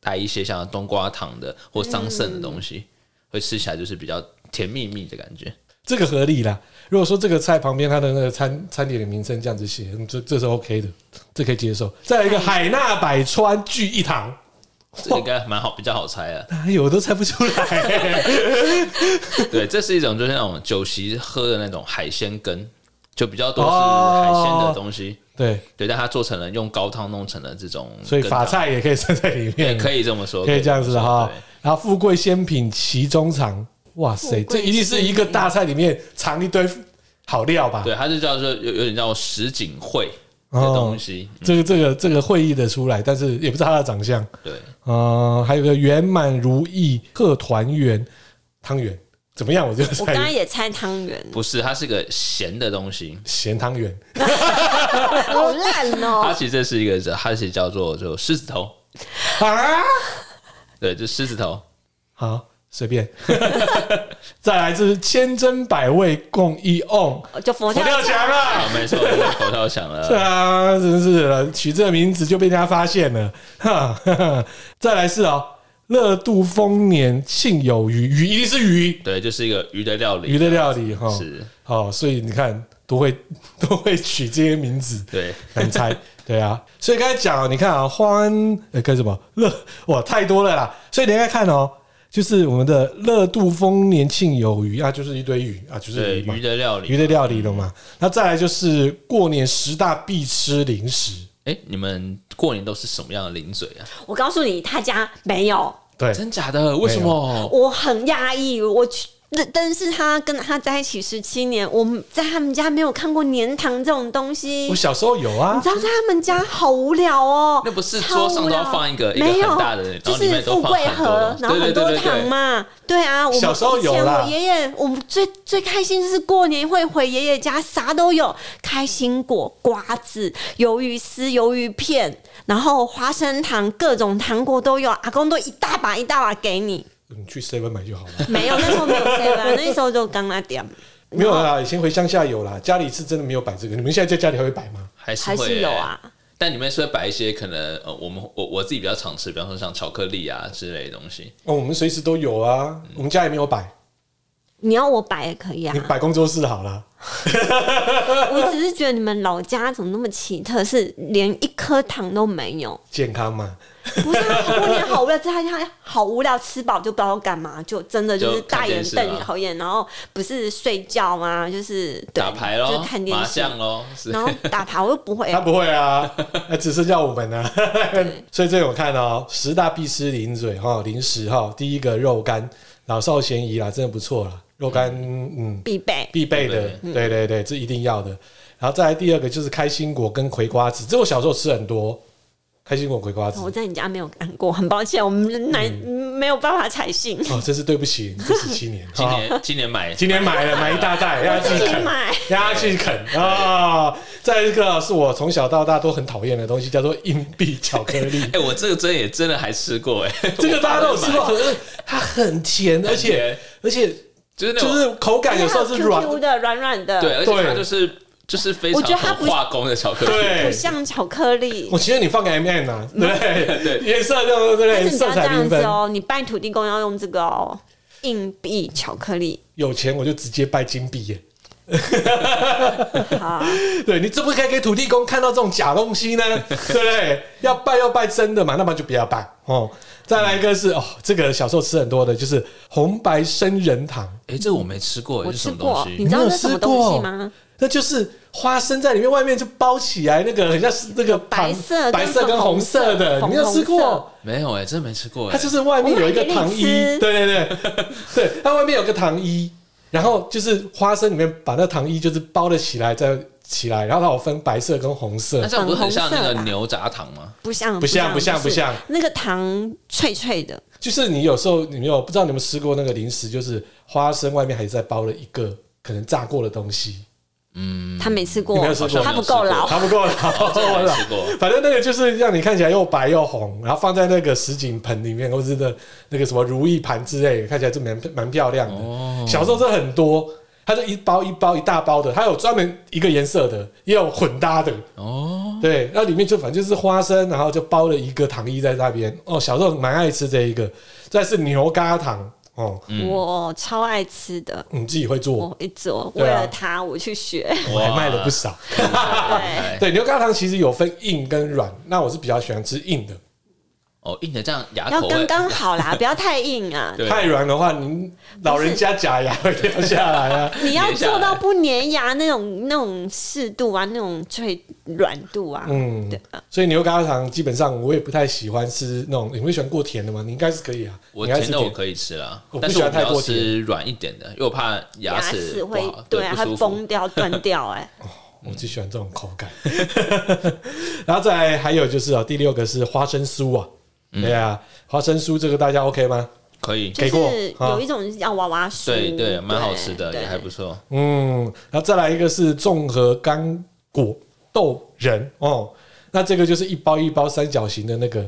[SPEAKER 2] 带一些像冬瓜糖的或桑葚的东西，会吃起来就是比较甜蜜蜜的感觉。
[SPEAKER 1] 这个合理啦。如果说这个菜旁边它的那个餐餐点的名称这样子写，嗯这这是 OK 的，这可以接受。再来一个海纳百川聚一堂，
[SPEAKER 2] 这应该蛮好，比较好猜啊。
[SPEAKER 1] 哎呦，我都猜不出来、 [laughs]
[SPEAKER 2] 对，这是一种就是那种酒席喝的那种海鲜羹，就比较多是
[SPEAKER 1] 哦
[SPEAKER 2] 海鲜的东西。
[SPEAKER 1] 对，
[SPEAKER 2] 对，但它做成了用高汤弄成了这种羹汤，
[SPEAKER 1] 所以法菜也可以算在里
[SPEAKER 2] 也
[SPEAKER 1] 面，
[SPEAKER 2] 可以这么说，
[SPEAKER 1] 可以这样子的哈
[SPEAKER 2] 对。
[SPEAKER 1] 然后富贵鲜品其中藏，哇塞，
[SPEAKER 3] 富贵
[SPEAKER 1] 这一定是一个大菜里面藏一堆好料吧？
[SPEAKER 2] 对，它就叫做有有点叫什锦会的
[SPEAKER 1] 哦
[SPEAKER 2] 东西。
[SPEAKER 1] 这个这个这个会议的出来，但是也不知道它的长相。
[SPEAKER 2] 对，
[SPEAKER 1] 呃，还有个圆满如意贺团圆汤圆，怎么样？我就
[SPEAKER 3] 我刚刚
[SPEAKER 1] 猜
[SPEAKER 3] 也猜汤圆，
[SPEAKER 2] 不是，它是个咸的东西。
[SPEAKER 1] 咸汤圆。
[SPEAKER 3] 好烂
[SPEAKER 2] 它
[SPEAKER 3] 哦！
[SPEAKER 2] 其实这是一个，它其实叫做就狮子头。
[SPEAKER 1] 啊，
[SPEAKER 2] 对，就狮子头。
[SPEAKER 1] 好，随便。 [laughs] 再来是千珍百味共一瓮，
[SPEAKER 3] 就佛
[SPEAKER 1] 佛
[SPEAKER 3] 跳
[SPEAKER 1] 跳墙啊！
[SPEAKER 2] 啊，没错，就是佛跳墙
[SPEAKER 1] 对
[SPEAKER 2] 了。
[SPEAKER 1] 啊，真是的，取这个名字就被人家发现了。 [laughs] 哈哈哈再来是哦，乐度丰年庆有余，鱼一定是鱼，
[SPEAKER 2] 对，就是一个鱼的料理。
[SPEAKER 1] 鱼的料理哈。
[SPEAKER 2] 是，
[SPEAKER 1] 哦，所以你看都会都会取这些名字，
[SPEAKER 2] 对，
[SPEAKER 1] 难猜。 [laughs] 对啊，所以刚才讲哦，你看啊，欢呃跟什么乐 [laughs] 哇太多了啦，所以你应该看哦，就是我们的乐度丰年庆有余啊，就是一堆鱼啊，就是
[SPEAKER 2] 对，
[SPEAKER 1] 鱼嘛
[SPEAKER 2] 鱼，的料理
[SPEAKER 1] 鱼。的料理了嘛。那再来就是过年十大必吃零食。
[SPEAKER 2] 哎，你们过年都是什么样的零嘴啊？
[SPEAKER 3] 我告诉你，他家没有，
[SPEAKER 1] 对，
[SPEAKER 2] 真假的？为什么？
[SPEAKER 3] 我很压抑，我去。但但是他跟他在一起十七年，我们在他们家没有看过年糖这种东西。
[SPEAKER 1] 我小时候有
[SPEAKER 3] 你
[SPEAKER 1] 啊，
[SPEAKER 3] 知道在他们家好无聊哦，
[SPEAKER 2] 那不是
[SPEAKER 3] 超
[SPEAKER 2] 桌上都要
[SPEAKER 3] 无聊
[SPEAKER 2] 放一个一个
[SPEAKER 3] 没有
[SPEAKER 2] 很大的然后
[SPEAKER 3] 就
[SPEAKER 2] 里
[SPEAKER 3] 是
[SPEAKER 2] 面都
[SPEAKER 3] 富
[SPEAKER 2] 放
[SPEAKER 3] 贵
[SPEAKER 2] 很多
[SPEAKER 3] 盒
[SPEAKER 2] 的，
[SPEAKER 3] 然后很
[SPEAKER 2] 对对
[SPEAKER 3] 多
[SPEAKER 2] 对对对
[SPEAKER 3] 糖嘛，对啊，我们
[SPEAKER 1] 小时候有
[SPEAKER 3] 以前
[SPEAKER 1] 啦
[SPEAKER 3] 我爷爷，我们最最开心就是过年会回爷爷家，啥都有，开心果、瓜子、鱿鱼丝、鱿鱼片，然后花生糖，各种糖果都有，阿公都一大把一大把给你。
[SPEAKER 1] 你去 seven 买就好了。
[SPEAKER 3] 没有，那时候没有 seven，那时候就刚那点，
[SPEAKER 1] 没有啦，以前回乡下有啦，家里是真的没有摆这个。你们现在在家里还会摆吗？
[SPEAKER 2] [laughs] 还是
[SPEAKER 3] 还
[SPEAKER 2] 会
[SPEAKER 3] 是
[SPEAKER 2] 欸
[SPEAKER 3] 有啊。
[SPEAKER 2] 但里面是会摆一些可能呃，我们我我自己比较常吃，比方说像巧克力啊之类的东西。
[SPEAKER 1] 哦，我们随时都有啊，我们家也没有摆，
[SPEAKER 3] 你要我摆也可以啊
[SPEAKER 1] 你，摆工作室好了。
[SPEAKER 3] 我只是觉得你们老家怎么那么奇特，是连一颗糖都没有。
[SPEAKER 1] 健康嘛，
[SPEAKER 3] 不是啊，过年好无聊，这他家好无聊，吃饱就不知道干嘛，就真的就是
[SPEAKER 2] 就看
[SPEAKER 3] 大眼
[SPEAKER 2] 电视
[SPEAKER 3] 瞪
[SPEAKER 2] 啊
[SPEAKER 3] 小眼，然后不是睡觉吗？就是对
[SPEAKER 2] 打牌
[SPEAKER 3] 就
[SPEAKER 2] 喽
[SPEAKER 3] 是看，电
[SPEAKER 2] 麻
[SPEAKER 3] 视，
[SPEAKER 2] 将喽，是
[SPEAKER 3] 然后打牌我又不
[SPEAKER 2] [laughs]
[SPEAKER 3] 会
[SPEAKER 1] 他，不会 [laughs] 啊，那只剩下我们啊。 [laughs] 所以这种看哦，十大必吃零嘴哈，零食哈，第一个肉干，老少咸宜啦，真的不错啦。肉干，嗯，
[SPEAKER 3] 必备。
[SPEAKER 1] 必备的，对对对，这一定要的。然后再来第二个就是开心果跟葵瓜子，这我小时候吃很多，开心果葵瓜子
[SPEAKER 3] 我。在你家没有干过，很抱歉，我
[SPEAKER 2] 嗯
[SPEAKER 3] 们难、没有办法采信，
[SPEAKER 1] 哦，真是对不 [laughs] 起，你这十七年，
[SPEAKER 2] 今
[SPEAKER 1] 哦
[SPEAKER 2] 年今年买。
[SPEAKER 1] 今年买了买一大袋，让他
[SPEAKER 3] 自
[SPEAKER 1] 自己
[SPEAKER 3] 己
[SPEAKER 1] 啃，
[SPEAKER 3] 买。
[SPEAKER 1] 让他去啃啊！再一个是我从小到大都很讨厌的东西，叫做硬币巧克力
[SPEAKER 2] [laughs] 哎、我这个真也真的还吃过哎、
[SPEAKER 1] 这个大家都有吃过，可是它很甜，而且而且
[SPEAKER 2] 就是那种、
[SPEAKER 1] 就是口
[SPEAKER 2] 哎
[SPEAKER 1] 感有时候
[SPEAKER 3] [laughs]
[SPEAKER 1] 是软，
[SPEAKER 3] Q Q 的、软软的，
[SPEAKER 2] 对，而且它
[SPEAKER 1] 对
[SPEAKER 2] 就是就是非常
[SPEAKER 3] 我觉得它不
[SPEAKER 2] 很化工的巧克力，
[SPEAKER 3] 不
[SPEAKER 1] 对。
[SPEAKER 3] 像巧克力
[SPEAKER 1] 我。觉得你放个 M M 啊，对不对？
[SPEAKER 2] 对
[SPEAKER 1] 颜色对不
[SPEAKER 3] 但
[SPEAKER 1] 对？
[SPEAKER 3] 是你不
[SPEAKER 1] 色
[SPEAKER 3] 要这
[SPEAKER 1] 彩缤
[SPEAKER 3] 样子
[SPEAKER 1] 纷。
[SPEAKER 3] 哦，你拜土地公要用这个哦，硬币巧克力。
[SPEAKER 1] 有钱我就直接拜金币耶。
[SPEAKER 3] 好，
[SPEAKER 1] 对你这不该给土地公看到这种假东西呢，对不对？要拜要拜真的嘛，那么就不要拜哦。再来一个是哦，这个小时候吃很多的就是红白生人糖，
[SPEAKER 2] 哎、这我没吃过、哎，
[SPEAKER 3] 我
[SPEAKER 2] 这是
[SPEAKER 3] 吃
[SPEAKER 2] 什么东
[SPEAKER 3] 过，你
[SPEAKER 2] 西？
[SPEAKER 3] 知道
[SPEAKER 1] 你没有
[SPEAKER 3] 这是什么
[SPEAKER 1] 吃过
[SPEAKER 3] 东西吗？
[SPEAKER 1] 那就是花生在里面，外面就包起来，那个很像是那个糖
[SPEAKER 3] 白色跟
[SPEAKER 1] 白色跟红色的，
[SPEAKER 3] 粉
[SPEAKER 1] 你没
[SPEAKER 3] 红色
[SPEAKER 1] 有吃
[SPEAKER 3] 粉红色
[SPEAKER 1] 过？
[SPEAKER 2] 没有哎、真没吃过哎、
[SPEAKER 1] 它就是外面有一个糖衣
[SPEAKER 3] 我买给，你吃
[SPEAKER 1] 对对对， [laughs] 对，它外面有个糖衣，然后就是花生里面把那糖衣就是包了起来，再起来，然后它有分白色跟红色
[SPEAKER 2] 那。这样不是很像那
[SPEAKER 3] 粉红色
[SPEAKER 2] 个
[SPEAKER 3] 吧
[SPEAKER 2] 牛轧糖吗？
[SPEAKER 3] 不像，
[SPEAKER 1] 不像不像
[SPEAKER 3] 是那个糖脆脆的，
[SPEAKER 1] 就是你有时候你没有不知道你们吃过那个零食，就是花生外面还在包了一个可能炸过的东西，
[SPEAKER 3] 他没吃过
[SPEAKER 1] 嗯你没有吃过，
[SPEAKER 3] 他不够老。
[SPEAKER 1] 它不够老，
[SPEAKER 2] 这个没吃过。
[SPEAKER 1] 反正那个就是让你看起来又白又红，然后放在那个什锦盆里面，或是那那个什么如意盘之类的，看起来就蛮蛮漂亮的。小时候这很多，它就一包一包一大包的，它有专门一个颜色的，也有混搭的。
[SPEAKER 2] 哦，
[SPEAKER 1] 对，那里面就反正就是花生，然后就包了一个糖衣在那边。哦，小时候蛮爱吃这一个，再是牛轧糖哦，
[SPEAKER 3] 嗯
[SPEAKER 2] 嗯
[SPEAKER 3] 我超爱吃的。
[SPEAKER 1] 你自己会做，
[SPEAKER 3] 我一直我为
[SPEAKER 1] 对啊
[SPEAKER 3] 了它我去学，
[SPEAKER 1] 我还卖了不少。
[SPEAKER 3] 对，
[SPEAKER 2] 哎
[SPEAKER 1] [laughs] 对，牛轧糖其实有分硬跟软，那我是比较喜欢吃硬的。
[SPEAKER 2] 哦，硬的这样牙
[SPEAKER 3] 要
[SPEAKER 2] 口
[SPEAKER 3] 刚
[SPEAKER 2] 味，
[SPEAKER 3] 刚好啦，不要太
[SPEAKER 2] [laughs]
[SPEAKER 3] 硬啊。
[SPEAKER 2] 对
[SPEAKER 1] 太软的话，您老人家假牙会掉下来
[SPEAKER 2] [laughs]
[SPEAKER 1] 啊。
[SPEAKER 3] 你要
[SPEAKER 2] 粘下来
[SPEAKER 3] 做到不粘牙那种那种适度啊，那种最软度啊。
[SPEAKER 1] 嗯
[SPEAKER 3] 对啊，
[SPEAKER 1] 所以牛轧糖基本上我也不太喜欢吃那种，你会喜欢过甜的吗？你应该是可以啊，
[SPEAKER 2] 我
[SPEAKER 1] 你爱
[SPEAKER 2] 甜
[SPEAKER 1] 吃
[SPEAKER 2] 的我
[SPEAKER 1] 甜。
[SPEAKER 2] 可以吃啦
[SPEAKER 1] 我，不
[SPEAKER 2] 但是
[SPEAKER 1] 喜
[SPEAKER 2] 我
[SPEAKER 1] 欢
[SPEAKER 2] 比
[SPEAKER 1] 太
[SPEAKER 2] 较
[SPEAKER 1] 过甜
[SPEAKER 2] 吃软一点的，因为我怕牙齿
[SPEAKER 3] 齿
[SPEAKER 2] 不
[SPEAKER 3] 会
[SPEAKER 2] 好，
[SPEAKER 3] 对啊，
[SPEAKER 2] 不
[SPEAKER 3] 它
[SPEAKER 2] 舒服。
[SPEAKER 3] 崩掉、断掉、哎，
[SPEAKER 2] 嗯
[SPEAKER 1] 我最喜欢这种口感。 [laughs] 然后再来还有就是啊，第六个是花生酥啊，
[SPEAKER 2] 嗯
[SPEAKER 1] 对啊，花生酥这个大家 OK 吗？
[SPEAKER 2] 可以，
[SPEAKER 1] 给过
[SPEAKER 3] 就是
[SPEAKER 1] 啊
[SPEAKER 3] 有一种叫娃娃酥，
[SPEAKER 2] 对对，蛮好吃的，
[SPEAKER 3] 对
[SPEAKER 2] 也还不错。
[SPEAKER 1] 嗯，然后再来一个是综合干果豆仁哦，那这个就是一包一包三角形的那个，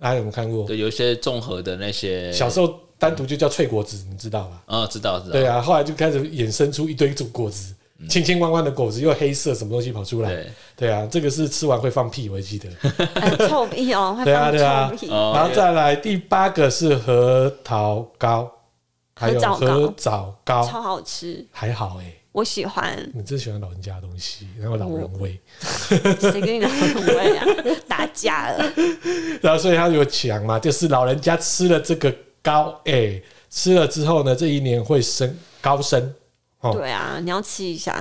[SPEAKER 1] 大家有没有看过？
[SPEAKER 2] 对，有一些综合的那些，
[SPEAKER 1] 小时候单独就叫脆果子，你知道吧？
[SPEAKER 2] 哦，知道知道，嗯
[SPEAKER 1] 对啊，后来就开始衍生出一堆种果子，清清弯弯的果子，又黑色，什么东西跑出来？
[SPEAKER 2] 对，
[SPEAKER 1] 对啊，这个是吃完会放屁，我记得。
[SPEAKER 3] 哎臭屁哦，会
[SPEAKER 1] 对啊
[SPEAKER 3] 放
[SPEAKER 1] 对啊
[SPEAKER 3] 臭屁。
[SPEAKER 2] [laughs] 哦
[SPEAKER 1] 然后再来第八个是核桃糕，还有
[SPEAKER 3] 核
[SPEAKER 1] 核
[SPEAKER 3] 枣
[SPEAKER 1] 枣糕，
[SPEAKER 3] 超好吃，
[SPEAKER 1] 还好哎、。
[SPEAKER 3] 我喜欢
[SPEAKER 1] 你真喜欢老人家的东西，然后老
[SPEAKER 3] 嗯
[SPEAKER 1] 人味， [laughs]
[SPEAKER 3] 谁跟你老人味啊？打架了，
[SPEAKER 1] 然后所以他有讲嘛，就是老人家吃了这个糕，哎、吃了之后呢，这一年会升高升哦
[SPEAKER 3] 对啊，你要吃一下。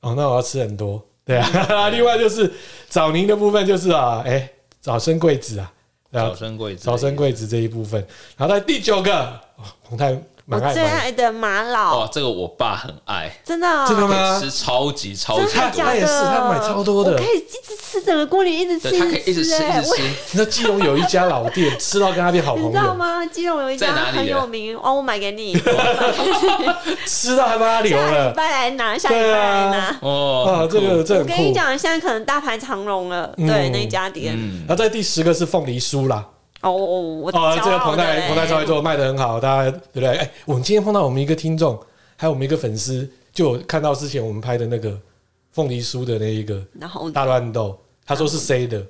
[SPEAKER 1] 哦，那我要吃很多，对啊。 [laughs] 另外就是枣泥的部分，就是啊，哎、早生贵子啊，对啊
[SPEAKER 2] 早，生贵子，
[SPEAKER 1] 早生贵子这一部分。然后在第九个，哦彭太
[SPEAKER 3] 我
[SPEAKER 1] 蛮爱
[SPEAKER 3] 最
[SPEAKER 1] 蛮
[SPEAKER 3] 爱的麻
[SPEAKER 2] 哇
[SPEAKER 3] 老，，
[SPEAKER 2] 这个我爸很爱，
[SPEAKER 3] 真的哦
[SPEAKER 1] 真的吗
[SPEAKER 2] 吃超级超
[SPEAKER 3] 真
[SPEAKER 2] 级
[SPEAKER 3] 的
[SPEAKER 2] 多
[SPEAKER 3] 假，
[SPEAKER 1] 他
[SPEAKER 3] 的？
[SPEAKER 1] 也是他买超多的
[SPEAKER 3] 我可以一直吃整个过年，一直吃，
[SPEAKER 2] 对，他可以一直吃
[SPEAKER 3] 哎
[SPEAKER 2] 一直
[SPEAKER 3] 我
[SPEAKER 2] 吃，
[SPEAKER 1] 那基隆有一家老店，吃到跟他变好
[SPEAKER 3] [laughs] 你
[SPEAKER 1] 朋
[SPEAKER 3] 知道
[SPEAKER 1] 友，
[SPEAKER 3] 吗？基隆有一
[SPEAKER 2] 在
[SPEAKER 3] 家
[SPEAKER 2] 哪里
[SPEAKER 3] 很
[SPEAKER 2] 的
[SPEAKER 3] 有名哦，我买
[SPEAKER 2] [laughs]
[SPEAKER 3] 给你，下
[SPEAKER 1] 吃到还帮他留
[SPEAKER 3] 礼
[SPEAKER 1] 了。
[SPEAKER 3] 拜来拿，下礼拜来
[SPEAKER 1] 对
[SPEAKER 3] 拿。
[SPEAKER 1] 啊，
[SPEAKER 2] 哦，
[SPEAKER 1] 这个这
[SPEAKER 3] 我
[SPEAKER 1] 很
[SPEAKER 3] 跟你
[SPEAKER 1] 酷。
[SPEAKER 3] 讲，现在可能大排长龙了，
[SPEAKER 1] 嗯
[SPEAKER 3] 对那一家店
[SPEAKER 2] 嗯，
[SPEAKER 1] 然后在第十个是凤梨酥啦，
[SPEAKER 3] 哦，我
[SPEAKER 1] 哦，这
[SPEAKER 3] 骄
[SPEAKER 1] 个
[SPEAKER 3] 傲
[SPEAKER 1] 彭
[SPEAKER 3] 的
[SPEAKER 1] 太
[SPEAKER 3] 嘞
[SPEAKER 1] 彭太超会做，卖的很好，大家对不对？哎，我们今天碰到我们一个听众，还有我们一个粉丝，就有看到之前我们拍的那个凤梨酥的那一个
[SPEAKER 3] 然后
[SPEAKER 1] 大乱斗，他说是谁的？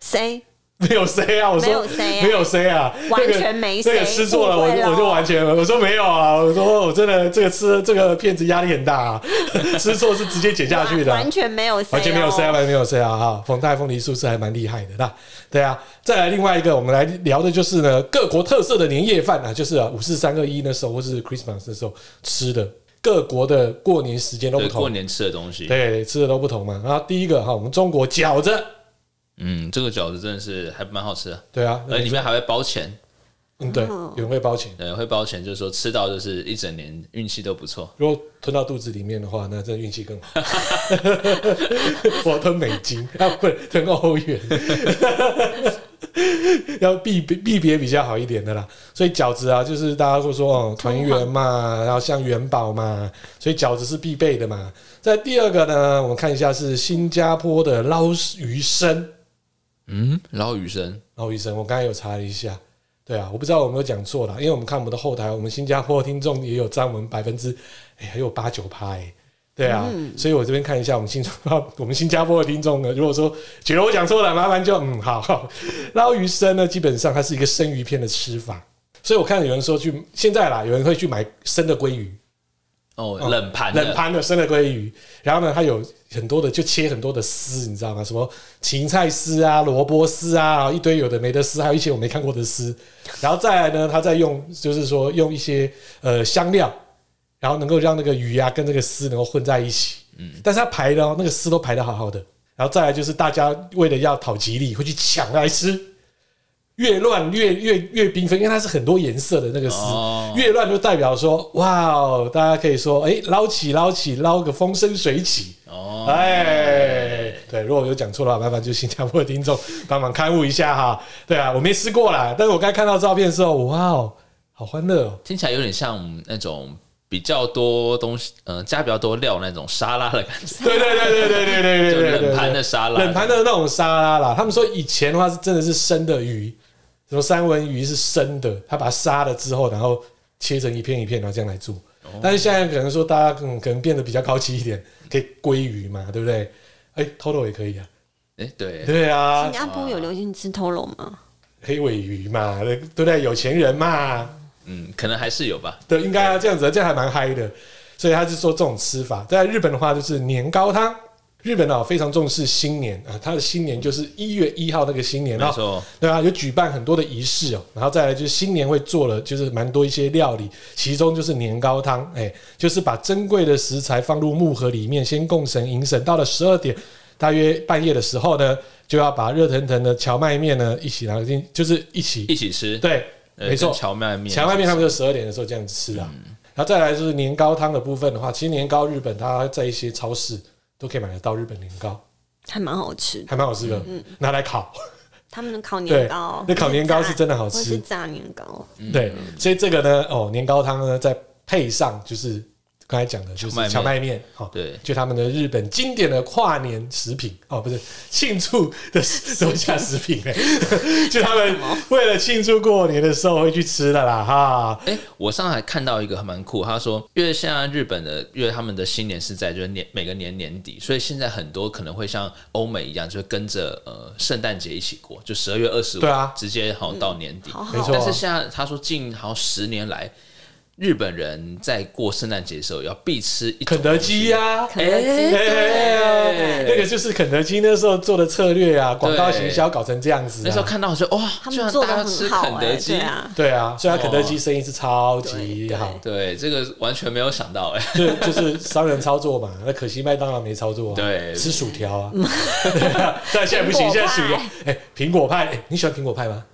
[SPEAKER 3] 谁？
[SPEAKER 1] 没有谁啊，我说
[SPEAKER 3] 没有 say 啊
[SPEAKER 1] 没有谁啊，
[SPEAKER 3] 完
[SPEAKER 1] 这个
[SPEAKER 3] 全没
[SPEAKER 1] 这个
[SPEAKER 3] say，
[SPEAKER 1] 吃错了，
[SPEAKER 3] 误
[SPEAKER 1] 我
[SPEAKER 3] 会
[SPEAKER 1] 就
[SPEAKER 3] 咯
[SPEAKER 1] 我就完全我说没有啊，我说我真的这个吃这个骗子压力很大，啊， [laughs] 吃错是直接减下去的啊，
[SPEAKER 3] 完全没有谁哦，
[SPEAKER 1] 完全没有 C 啊，完全没有 C 啊！哈，冯泰凤梨酥是还蛮厉害的，那对啊。再来另外一个，我们来聊的就是呢，各国特色的年夜饭啊，就是五四三二一那时候，或是 Christmas 那时候吃的，各国的过年时间都不
[SPEAKER 2] 对，过
[SPEAKER 1] 同，
[SPEAKER 2] 年吃的东西，
[SPEAKER 1] 对，吃的都不同嘛。然后第一个哈，我们中国饺子，
[SPEAKER 2] 嗯，这个饺子真的是还蛮好吃的，
[SPEAKER 1] 对啊，
[SPEAKER 2] 而里面还会包钱，
[SPEAKER 1] 嗯，对，有人会包钱，
[SPEAKER 2] 对，会包钱，就是说吃到就是一整年运气都不错，
[SPEAKER 1] 如果吞到肚子里面的话，那真的运气更好。我吞美金啊，不吞欧元， [laughs] 要避避别比较好一点的啦。所以饺子啊，就是大家会说哦，团圆嘛，然后像元宝嘛，所以饺子是必备的嘛。在第二个呢，我们看一下是新加坡的捞鱼生，
[SPEAKER 2] 嗯，然后雨生，
[SPEAKER 1] 捞鱼生，我刚才有查了一下。对啊，我不知道我有没有讲错啦，因为我们看我们的后台，我们新加坡听众也有占我们百分之，哎、还有八九趴哎，对啊，所以我这边看一下我们新我们新加坡 [laughs] 的听众呢，如果说觉得我讲错了，麻烦就嗯好好。捞鱼生呢，基本上它是一个生鱼片的吃法，所以我看有人说去现在啦，有人会去买生的鲑鱼，
[SPEAKER 2] 哦，
[SPEAKER 1] 哦
[SPEAKER 2] 冷盘的
[SPEAKER 1] 冷盘的生的鲑鱼，然后呢，它有很多的就切很多的丝，你知道吗？什么芹菜丝啊、萝卜丝啊，一堆有的没的丝，还有一些我没看过的丝。然后再来呢，它再用就是说用一些呃香料，然后能够让那个鱼啊跟这个丝能够混在一起。嗯，但是它排的哦，那个丝都排的好好的。然后再来就是大家为了要讨吉利，会去抢来吃。越乱越越越缤纷，因为它是很多颜色的那个丝，
[SPEAKER 2] 哦
[SPEAKER 1] 越乱就代表说，哇哦，大家可以说，哎、捞起捞起，捞个风生水起。
[SPEAKER 2] 哦，
[SPEAKER 1] 哎，对，如果有讲错的话，麻烦就新加坡的听众帮忙刊物一下哈。对啊，我没吃过啦，但是我刚看到照片的时候，哇哦，好欢乐哦。
[SPEAKER 2] 听起来有点像我们那种比较多东西，嗯、加比较多料那种沙拉的感觉，
[SPEAKER 1] 对对对对对对对
[SPEAKER 2] 就
[SPEAKER 1] 对对对，
[SPEAKER 2] 冷盘的沙拉，
[SPEAKER 1] 冷盘的那种沙拉啦。他们说以前的话是真的是生的鱼，什么三文鱼是生的，他把它杀了之后，然后切成一片一片，然后这样来做。
[SPEAKER 2] 哦
[SPEAKER 1] 但是现在可能说大家嗯可能变得比较高级一点， [laughs] 可以鲑鱼嘛，对不对？哎、偷偷也可以啊，
[SPEAKER 2] 哎、对，
[SPEAKER 1] 对啊
[SPEAKER 3] 新，加坡有流行吃 Toro 吗？
[SPEAKER 1] 黑尾鱼嘛，对不对？有钱人嘛，
[SPEAKER 2] 嗯，可能还是有吧。
[SPEAKER 1] 对，应该要这样子，这样还蛮嗨的。所以他是说这种吃法，在日本的话就是年糕汤。日本啊、非常重视新年啊，他的新年就是一月一号那个新年
[SPEAKER 2] 没
[SPEAKER 1] 啊，
[SPEAKER 2] 错，
[SPEAKER 1] 对啊，有举办很多的仪式哦，然后再来就是新年会做了，就是蛮多一些料理，其中就是年糕汤，哎、就是把珍贵的食材放入木盒里面，先供神迎神，到了十二点，大约半夜的时候呢，就要把热腾腾的荞麦面呢一起拿进，就是一起，
[SPEAKER 2] 一起吃，
[SPEAKER 1] 对，
[SPEAKER 2] 呃
[SPEAKER 1] 没错
[SPEAKER 2] 跟，荞麦面，
[SPEAKER 1] 荞麦面他们就十二点的时候这样吃啊。然后再来就是年糕汤的部分的话，其实年糕日本它在一些超市都可以买得到日本年糕，
[SPEAKER 3] 还蛮好吃的，
[SPEAKER 1] 还蛮好吃的，拿来烤。
[SPEAKER 3] 他们的烤
[SPEAKER 1] 对
[SPEAKER 3] 年糕，，
[SPEAKER 1] 那烤年糕是真
[SPEAKER 3] 的
[SPEAKER 1] 的好
[SPEAKER 3] 或
[SPEAKER 1] 吃
[SPEAKER 3] 是。炸年糕，
[SPEAKER 2] 嗯
[SPEAKER 1] 对，所以这个呢，哦，年糕汤呢，再配上就是刚才讲的，就
[SPEAKER 2] 荞
[SPEAKER 1] 是
[SPEAKER 2] 麦面
[SPEAKER 1] 荞麦面，哦，
[SPEAKER 2] 对
[SPEAKER 1] 就他们的日本经典的跨年食品，哦，不是庆祝的楼下食品
[SPEAKER 2] [laughs]
[SPEAKER 1] 嘞，就他们为了庆祝过年的时候会去吃的啦，哈，
[SPEAKER 2] 哎、我上次还看到一个还蛮酷，他说，因为现在日本的，因为他们的新年是在就是年每个年年底，所以现在很多可能会像欧美一样，就跟着呃圣诞节一起过，就十二月二十五，
[SPEAKER 1] 对啊
[SPEAKER 2] 直接好像啊到年底。
[SPEAKER 3] 好
[SPEAKER 1] 没
[SPEAKER 3] 好
[SPEAKER 1] 错，
[SPEAKER 2] 但是现在他说，近好像十年来，日本人在过圣诞节的时候要必吃一种
[SPEAKER 1] 肯德基呀、
[SPEAKER 3] 肯德基
[SPEAKER 1] 哎
[SPEAKER 2] 对
[SPEAKER 1] 那个就是肯德基那时候做的策略啊，广告
[SPEAKER 2] 对
[SPEAKER 1] 行销搞成这样子、
[SPEAKER 2] 那时候
[SPEAKER 1] 啊。
[SPEAKER 2] 看到说哇，
[SPEAKER 3] 他
[SPEAKER 2] 居
[SPEAKER 3] 们
[SPEAKER 2] 然
[SPEAKER 3] 做
[SPEAKER 2] 大家
[SPEAKER 3] 的
[SPEAKER 2] 吃
[SPEAKER 3] 很
[SPEAKER 2] 肯
[SPEAKER 3] 好哎、
[SPEAKER 2] 德基，
[SPEAKER 3] 对啊，
[SPEAKER 1] 对啊，所以它肯德基生意是超级
[SPEAKER 3] 对
[SPEAKER 1] 好，
[SPEAKER 2] 哦对这个完全没有想到哎、
[SPEAKER 1] 就就是商人操作嘛，那可惜麦当劳没操作啊，
[SPEAKER 2] 对
[SPEAKER 1] 吃薯条啊， [laughs] 对啊但现在不行，
[SPEAKER 3] 苹果
[SPEAKER 1] 现在
[SPEAKER 3] 派
[SPEAKER 1] 薯条，哎，苹果派，哎你喜欢苹果派吗？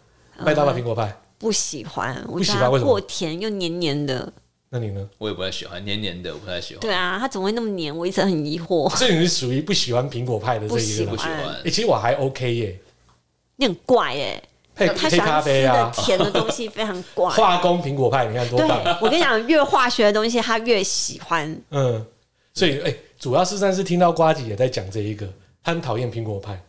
[SPEAKER 1] 麦当劳苹果派，
[SPEAKER 3] 不喜欢，我
[SPEAKER 1] 不喜
[SPEAKER 3] 觉
[SPEAKER 1] 欢
[SPEAKER 3] 得它
[SPEAKER 1] 为什么
[SPEAKER 3] 过甜又黏黏的，
[SPEAKER 1] 那你呢？
[SPEAKER 2] 我也不太喜欢，黏黏的我不太喜欢，
[SPEAKER 3] 对啊，它怎么会那么黏？我一直很疑惑，
[SPEAKER 1] 所以你是属于不喜欢苹果派的这
[SPEAKER 3] 不喜
[SPEAKER 1] 一个
[SPEAKER 2] 不
[SPEAKER 1] 吗
[SPEAKER 2] 喜欢
[SPEAKER 1] 哎，。其实我还 OK 耶，
[SPEAKER 3] 你很怪哎、
[SPEAKER 1] 配
[SPEAKER 3] 他
[SPEAKER 1] 配
[SPEAKER 3] 喜
[SPEAKER 1] 咖
[SPEAKER 3] 欢吃
[SPEAKER 1] 啡
[SPEAKER 3] 的
[SPEAKER 1] 啊，
[SPEAKER 3] 甜的东西非常
[SPEAKER 1] [laughs]
[SPEAKER 3] 怪。
[SPEAKER 1] 化工苹果派，你看多
[SPEAKER 3] 对
[SPEAKER 1] 棒，，
[SPEAKER 3] 我跟你讲，越化学的东西他越喜欢。
[SPEAKER 1] 嗯，所以哎、主要是但是听到瓜姐也在讲这一个，她很讨厌苹果派，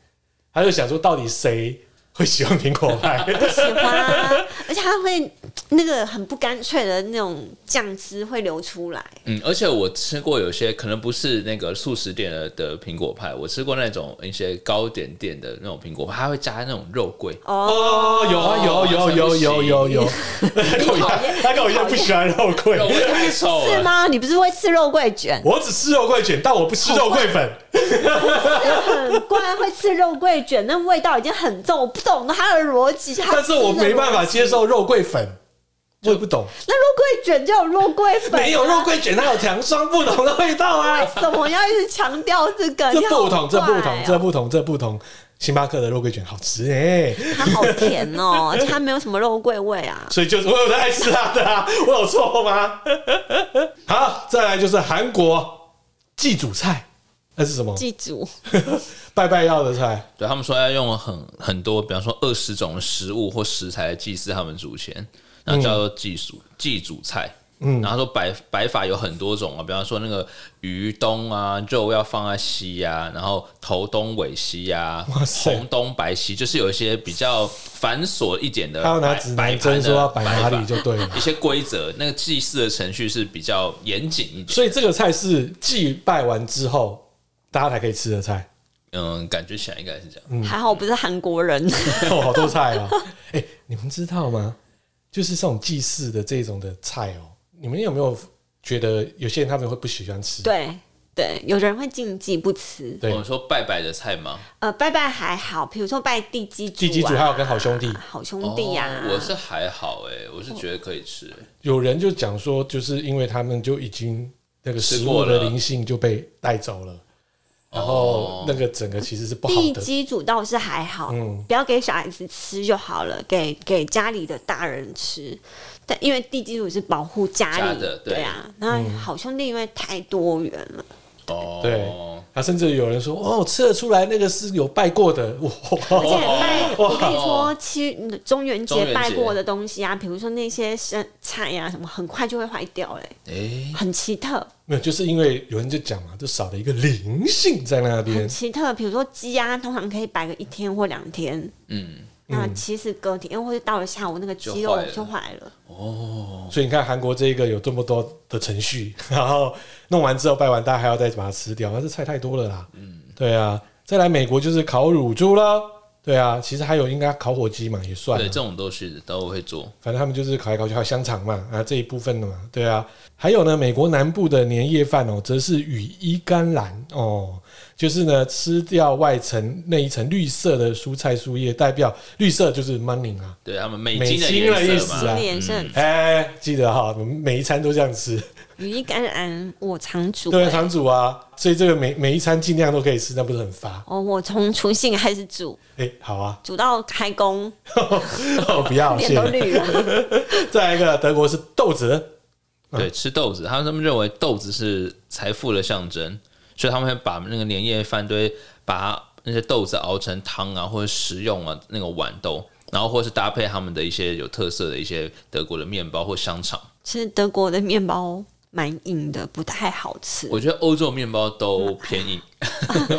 [SPEAKER 1] 她就想说到底谁会喜欢苹果派？ [laughs]
[SPEAKER 3] 喜欢啊， [laughs] 而且它会那个很不干脆的那种酱汁会流出来，
[SPEAKER 2] 嗯，而且我吃过有些可能不是那个素食店的的苹果派，我吃过那种一些糕点店的那种苹果派，它会加那种肉桂。
[SPEAKER 1] 哦，有啊，有有有有有有，她跟我一样，她跟我一样不喜欢 [laughs] 肉桂
[SPEAKER 2] 肉，桂太臭
[SPEAKER 1] 啊
[SPEAKER 3] 是
[SPEAKER 2] 了，
[SPEAKER 3] 吗？你不是会吃肉桂卷？ [laughs]
[SPEAKER 1] 我只吃肉桂卷，但我不吃肉桂粉。
[SPEAKER 3] 很怪，会吃肉桂卷，那味道已经很重，我不懂它的逻辑。它
[SPEAKER 1] 但是我
[SPEAKER 3] 吃的
[SPEAKER 1] 没办法
[SPEAKER 3] 逻辑
[SPEAKER 1] 接。受肉桂粉，我也不懂，
[SPEAKER 3] 那肉桂卷就有肉桂粉、啊
[SPEAKER 1] 没有肉，桂卷它有糖霜不同的味道啊
[SPEAKER 3] 为，什么要一直强调这
[SPEAKER 1] [laughs]
[SPEAKER 3] 个？
[SPEAKER 1] 这
[SPEAKER 3] 你好
[SPEAKER 1] 不同，这不同，
[SPEAKER 3] 怪
[SPEAKER 1] 这
[SPEAKER 3] 哦
[SPEAKER 1] 不同，这不同。星巴克的肉桂卷好吃哎、
[SPEAKER 3] 它好甜哦，而且它没有什么肉桂味啊。
[SPEAKER 1] 所以就是我有在爱吃辣的啊，我有错吗？ [laughs] 好，再来就是韩国祭祖菜，那是什么？
[SPEAKER 3] 记住，
[SPEAKER 1] 拜拜要的菜，
[SPEAKER 2] 对他们说要用很很多，比方说二十种食物或食材来祭祀他们祖先，
[SPEAKER 1] 嗯
[SPEAKER 2] 然后叫做祭祖祭祖菜。嗯，然后说摆摆法有很多种啊，比方说那个鱼东啊，肉要放在西呀、然后头东尾西呀、
[SPEAKER 1] 哇塞
[SPEAKER 2] 红东白西，就是有一些比较繁琐一点的
[SPEAKER 1] 他要拿
[SPEAKER 2] 摆
[SPEAKER 1] 指
[SPEAKER 2] 摆
[SPEAKER 1] 南
[SPEAKER 2] 盘
[SPEAKER 1] 针说要
[SPEAKER 2] 的
[SPEAKER 1] 摆
[SPEAKER 2] 摆
[SPEAKER 1] 哪
[SPEAKER 2] 法
[SPEAKER 1] 里就对了。
[SPEAKER 2] 一些规则，那个祭祀的程序是比较严谨一点。
[SPEAKER 1] 所以这个菜是祭拜完之后大家才可以吃的菜， [laughs]
[SPEAKER 2] 嗯，感觉起来应该是这样。
[SPEAKER 1] 嗯
[SPEAKER 3] 还好我不是韩国人。 [laughs]
[SPEAKER 1] 哦，好多菜啊！ [laughs] 哎、你们知道吗？就是这种祭祀的这种的菜哦，你们有没有觉得有些人他们会不喜欢吃？
[SPEAKER 3] 对对，有的人会禁忌不吃。
[SPEAKER 1] 对
[SPEAKER 2] 我们哦说拜拜的菜吗？
[SPEAKER 3] 呃，拜拜还好，比如说拜地基主、啊、
[SPEAKER 1] 地基主还有跟好兄弟
[SPEAKER 3] 好兄弟啊呀、
[SPEAKER 2] 哦我是还好哎、我是觉得可以吃、
[SPEAKER 1] 有人就讲说，就是因为他们就已经那个食
[SPEAKER 2] 吃
[SPEAKER 1] 物
[SPEAKER 2] 过了
[SPEAKER 1] 的灵性就被带走了，
[SPEAKER 2] 哦
[SPEAKER 1] 然后那个整个其实是不好
[SPEAKER 3] 地
[SPEAKER 1] 的。
[SPEAKER 3] 基主倒是还好，
[SPEAKER 1] 嗯
[SPEAKER 3] 不要给小孩子吃就好了，给给家里的大人吃。但因为地基主是保护家
[SPEAKER 2] 家
[SPEAKER 3] 里，
[SPEAKER 2] 的对
[SPEAKER 3] 啊。那
[SPEAKER 1] 嗯
[SPEAKER 3] 好兄弟因为太多元了，
[SPEAKER 2] 哦。
[SPEAKER 1] 对，啊，甚至有人说，哦，吃得出来那个是有拜过的，哇，
[SPEAKER 3] 而且拜，
[SPEAKER 1] 哇
[SPEAKER 3] 我跟你说，七中元
[SPEAKER 2] 哦中
[SPEAKER 3] 节
[SPEAKER 2] 元节
[SPEAKER 3] 拜过的东西啊，比如说那些生菜呀、什么，很快就会坏掉、欸，
[SPEAKER 2] 哎、
[SPEAKER 3] 很奇特。
[SPEAKER 1] 没有，就是因为有人就讲嘛，就少了一个灵性在那边
[SPEAKER 3] 很。奇特，比如说鸡啊，通常可以摆个一天或两天，
[SPEAKER 2] 嗯，
[SPEAKER 3] 那其实隔天，因为或者到了下午，那个
[SPEAKER 2] 就
[SPEAKER 3] 肌肉
[SPEAKER 2] 坏了
[SPEAKER 3] 就坏了。
[SPEAKER 2] 哦
[SPEAKER 1] 所以你看韩国这一个有这么多的程序，然后弄完之后拜完，大家还要再把它吃掉，那这菜太多了啦。嗯，对啊，再来美国就是烤乳猪了，对啊，其实还有应该烤火鸡嘛，也算
[SPEAKER 2] 对，
[SPEAKER 1] 啊
[SPEAKER 2] 这种都是都会做。
[SPEAKER 1] 反正他们就是烤来烤去，还有香肠嘛，啊这一部分的嘛，对啊。还有呢，美国南部的年夜饭哦，则是羽衣甘蓝哦，就是呢吃掉外层那一层绿色的蔬菜树叶，代表绿色就是 money 啊，
[SPEAKER 2] 对他们美
[SPEAKER 1] 美
[SPEAKER 2] 金的
[SPEAKER 1] 金的意
[SPEAKER 2] 颜色
[SPEAKER 1] 思
[SPEAKER 2] 嘛，
[SPEAKER 1] 啊
[SPEAKER 3] 今年是
[SPEAKER 2] 嗯
[SPEAKER 1] 哎、记得哈，我们每一餐都这样吃。
[SPEAKER 3] 羽衣甘蓝，我常煮、
[SPEAKER 1] 对，
[SPEAKER 3] 欸。
[SPEAKER 1] 常煮啊，所以这个每每一餐尽量都可以吃，那不是很发？
[SPEAKER 3] 哦，我从除夕开始煮，
[SPEAKER 1] 哎、好啊， [laughs]
[SPEAKER 3] 煮到开工，
[SPEAKER 1] 哦、不要，谢
[SPEAKER 3] 脸都
[SPEAKER 1] 谢。
[SPEAKER 3] 绿了。 [laughs]
[SPEAKER 1] 再来一个，德国是豆子，嗯
[SPEAKER 2] 对，吃豆子，他们认为豆子是财富的象征，所以他们会把那个年夜饭堆把它那些豆子熬成汤啊，或者食用啊那个豌豆，然后或是搭配他们的一些有特色的一些德国的面包或香肠。
[SPEAKER 3] 其实德国的面包蛮硬的，不太好吃。
[SPEAKER 2] 我觉得欧洲面包都偏
[SPEAKER 3] [laughs]
[SPEAKER 2] 硬，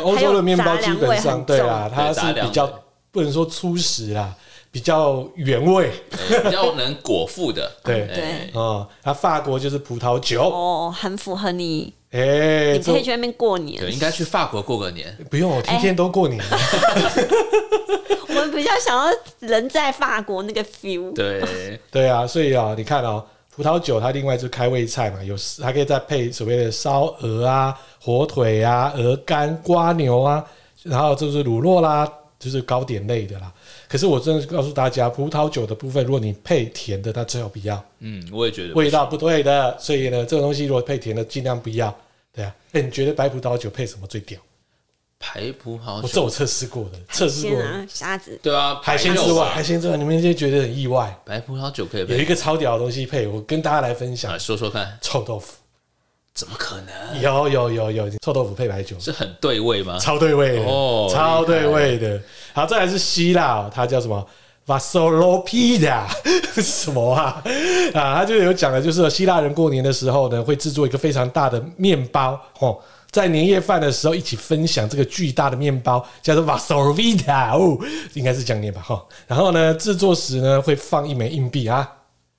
[SPEAKER 1] 欧洲的面包基本上
[SPEAKER 3] 还有
[SPEAKER 1] 对
[SPEAKER 3] 杂粮味
[SPEAKER 1] 啊
[SPEAKER 3] 很，
[SPEAKER 1] 它
[SPEAKER 2] 对杂
[SPEAKER 1] 是
[SPEAKER 2] 粮
[SPEAKER 1] 比较
[SPEAKER 2] 味
[SPEAKER 1] 不能说粗食啦，比较原味
[SPEAKER 2] 对呃比较能果腹的。
[SPEAKER 1] 对
[SPEAKER 2] 哎
[SPEAKER 3] 对
[SPEAKER 1] 哦。那、法国就是葡萄酒，
[SPEAKER 3] 哦，很符合你，
[SPEAKER 1] 哎、
[SPEAKER 3] 你可以
[SPEAKER 1] 这
[SPEAKER 3] 去那边过年
[SPEAKER 2] 对，。应该去法国过个年。
[SPEAKER 1] 哎不用，天
[SPEAKER 3] 哎
[SPEAKER 1] 天都过年，
[SPEAKER 3] 我们比较想要人在法国那个 feel。
[SPEAKER 2] 对，
[SPEAKER 1] 对啊，所以啊、你看哦。葡萄酒它另外就是开胃菜嘛，有还可以再配所谓的烧鹅啊、火腿啊、鹅肝、瓜牛啊，然后就是乳酪啦，就是糕点类的啦。可是我真的告诉大家，葡萄酒的部分，如果你配甜的，那最好不要，
[SPEAKER 2] 嗯，我也觉得
[SPEAKER 1] 味道不对的。所以呢，这个东西如果配甜的，尽量不要。对啊，哎、你觉得白葡萄酒配什么最屌？
[SPEAKER 2] 排葡萄
[SPEAKER 1] 我这我
[SPEAKER 2] 酒，
[SPEAKER 1] 测试过的，测
[SPEAKER 3] 海
[SPEAKER 1] 试过
[SPEAKER 3] 鲜
[SPEAKER 1] 的
[SPEAKER 3] 啊，虾子，
[SPEAKER 2] 对啊，
[SPEAKER 1] 海鲜
[SPEAKER 2] 白
[SPEAKER 1] 之
[SPEAKER 2] 肉
[SPEAKER 1] 外，
[SPEAKER 2] 吧
[SPEAKER 1] 海鲜之外，你们就觉得很意外，
[SPEAKER 2] 白葡萄酒可以
[SPEAKER 1] 有一
[SPEAKER 2] 配
[SPEAKER 1] 个超屌的东西配，我跟大家来分享
[SPEAKER 2] 啊，说说看，
[SPEAKER 1] 臭豆腐。
[SPEAKER 2] 怎么可能？
[SPEAKER 1] 有有有有，臭豆腐配白酒，
[SPEAKER 2] 是很对味吗？
[SPEAKER 1] 超对味的
[SPEAKER 2] 哦
[SPEAKER 1] 超对味的。好，再来是希腊、哦，它叫什么 v a s o l o p i d a 是什么啊？啊，它就有讲的，就是希腊人过年的时候呢，会制作一个非常大的面包哦。在年夜饭的时候，一起分享这个巨大的面包，叫做 v a s o l v i t a 哦，应该是这样念吧，哈、然后呢，制作时呢会放一枚硬币啊，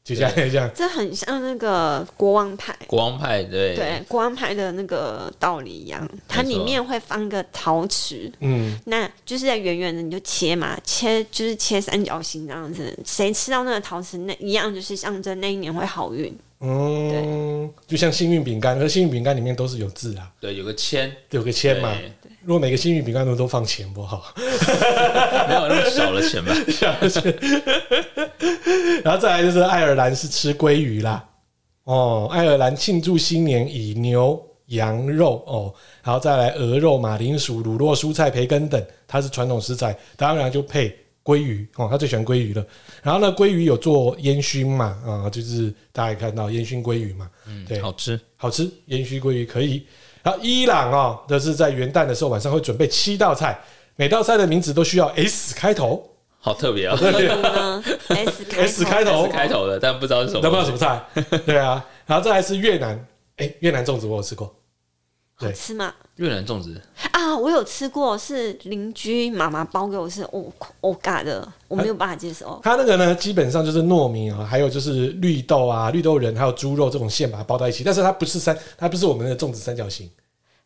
[SPEAKER 1] 就这样这样。
[SPEAKER 3] 这很像那个国王牌。
[SPEAKER 2] 国王派对
[SPEAKER 3] 对，国王牌的那个道理一样，它
[SPEAKER 2] 没
[SPEAKER 3] 里
[SPEAKER 2] 错
[SPEAKER 3] 面会放一个陶瓷，
[SPEAKER 1] 嗯，
[SPEAKER 3] 那就是在远远的你就切嘛，切就是切三角形这样子，谁吃到那个陶瓷那一样就是象征那一年会好
[SPEAKER 1] [laughs]
[SPEAKER 3] 运。
[SPEAKER 1] 嗯，就像幸运饼干，而幸运饼干里面都是有字啊，
[SPEAKER 2] 对，有个签，
[SPEAKER 1] 有个签嘛
[SPEAKER 2] 对。
[SPEAKER 1] 如果每个幸运饼干都都放钱不好， [laughs]
[SPEAKER 2] 没有那么少的钱吧？
[SPEAKER 1] 然后再来就是爱尔兰是吃鲑鱼啦。哦，爱尔兰庆祝新年以牛、羊肉哦，然后再来鹅肉、马铃薯、乳酪、蔬菜、培根等，它是传统食材，当然就配鲑鱼哦，他最喜欢鲑鱼了。然后呢，鲑鱼有做烟熏嘛，啊、就是大家也看到烟熏鲑鱼嘛，对，
[SPEAKER 2] 嗯好吃，
[SPEAKER 1] 好吃，烟熏鲑鱼可以。然后伊朗哦，这是在元旦的时候晚上会准备七道菜，每道菜的名字都需要 S 开头，
[SPEAKER 2] 好特别啊！
[SPEAKER 3] 例如呢，S
[SPEAKER 1] [laughs]
[SPEAKER 3] 开
[SPEAKER 1] S 开头
[SPEAKER 2] 是开头的，但不知道是什
[SPEAKER 1] 都不
[SPEAKER 2] 么，
[SPEAKER 1] 知道什么菜。
[SPEAKER 3] [laughs]
[SPEAKER 1] 对啊，然后再来是越南，哎，越南粽子我有吃过，
[SPEAKER 3] 好吃吗？
[SPEAKER 2] 越南粽子，
[SPEAKER 3] 啊，我有吃过，是邻居妈妈包给我，是欧欧嘎的，我没有办法接受。
[SPEAKER 1] 它那个呢基本上就是糯米啊，还有就是绿豆啊、绿豆仁还有猪肉这种馅把它包在一起，但是它不是三，它不是我们的粽子三角形，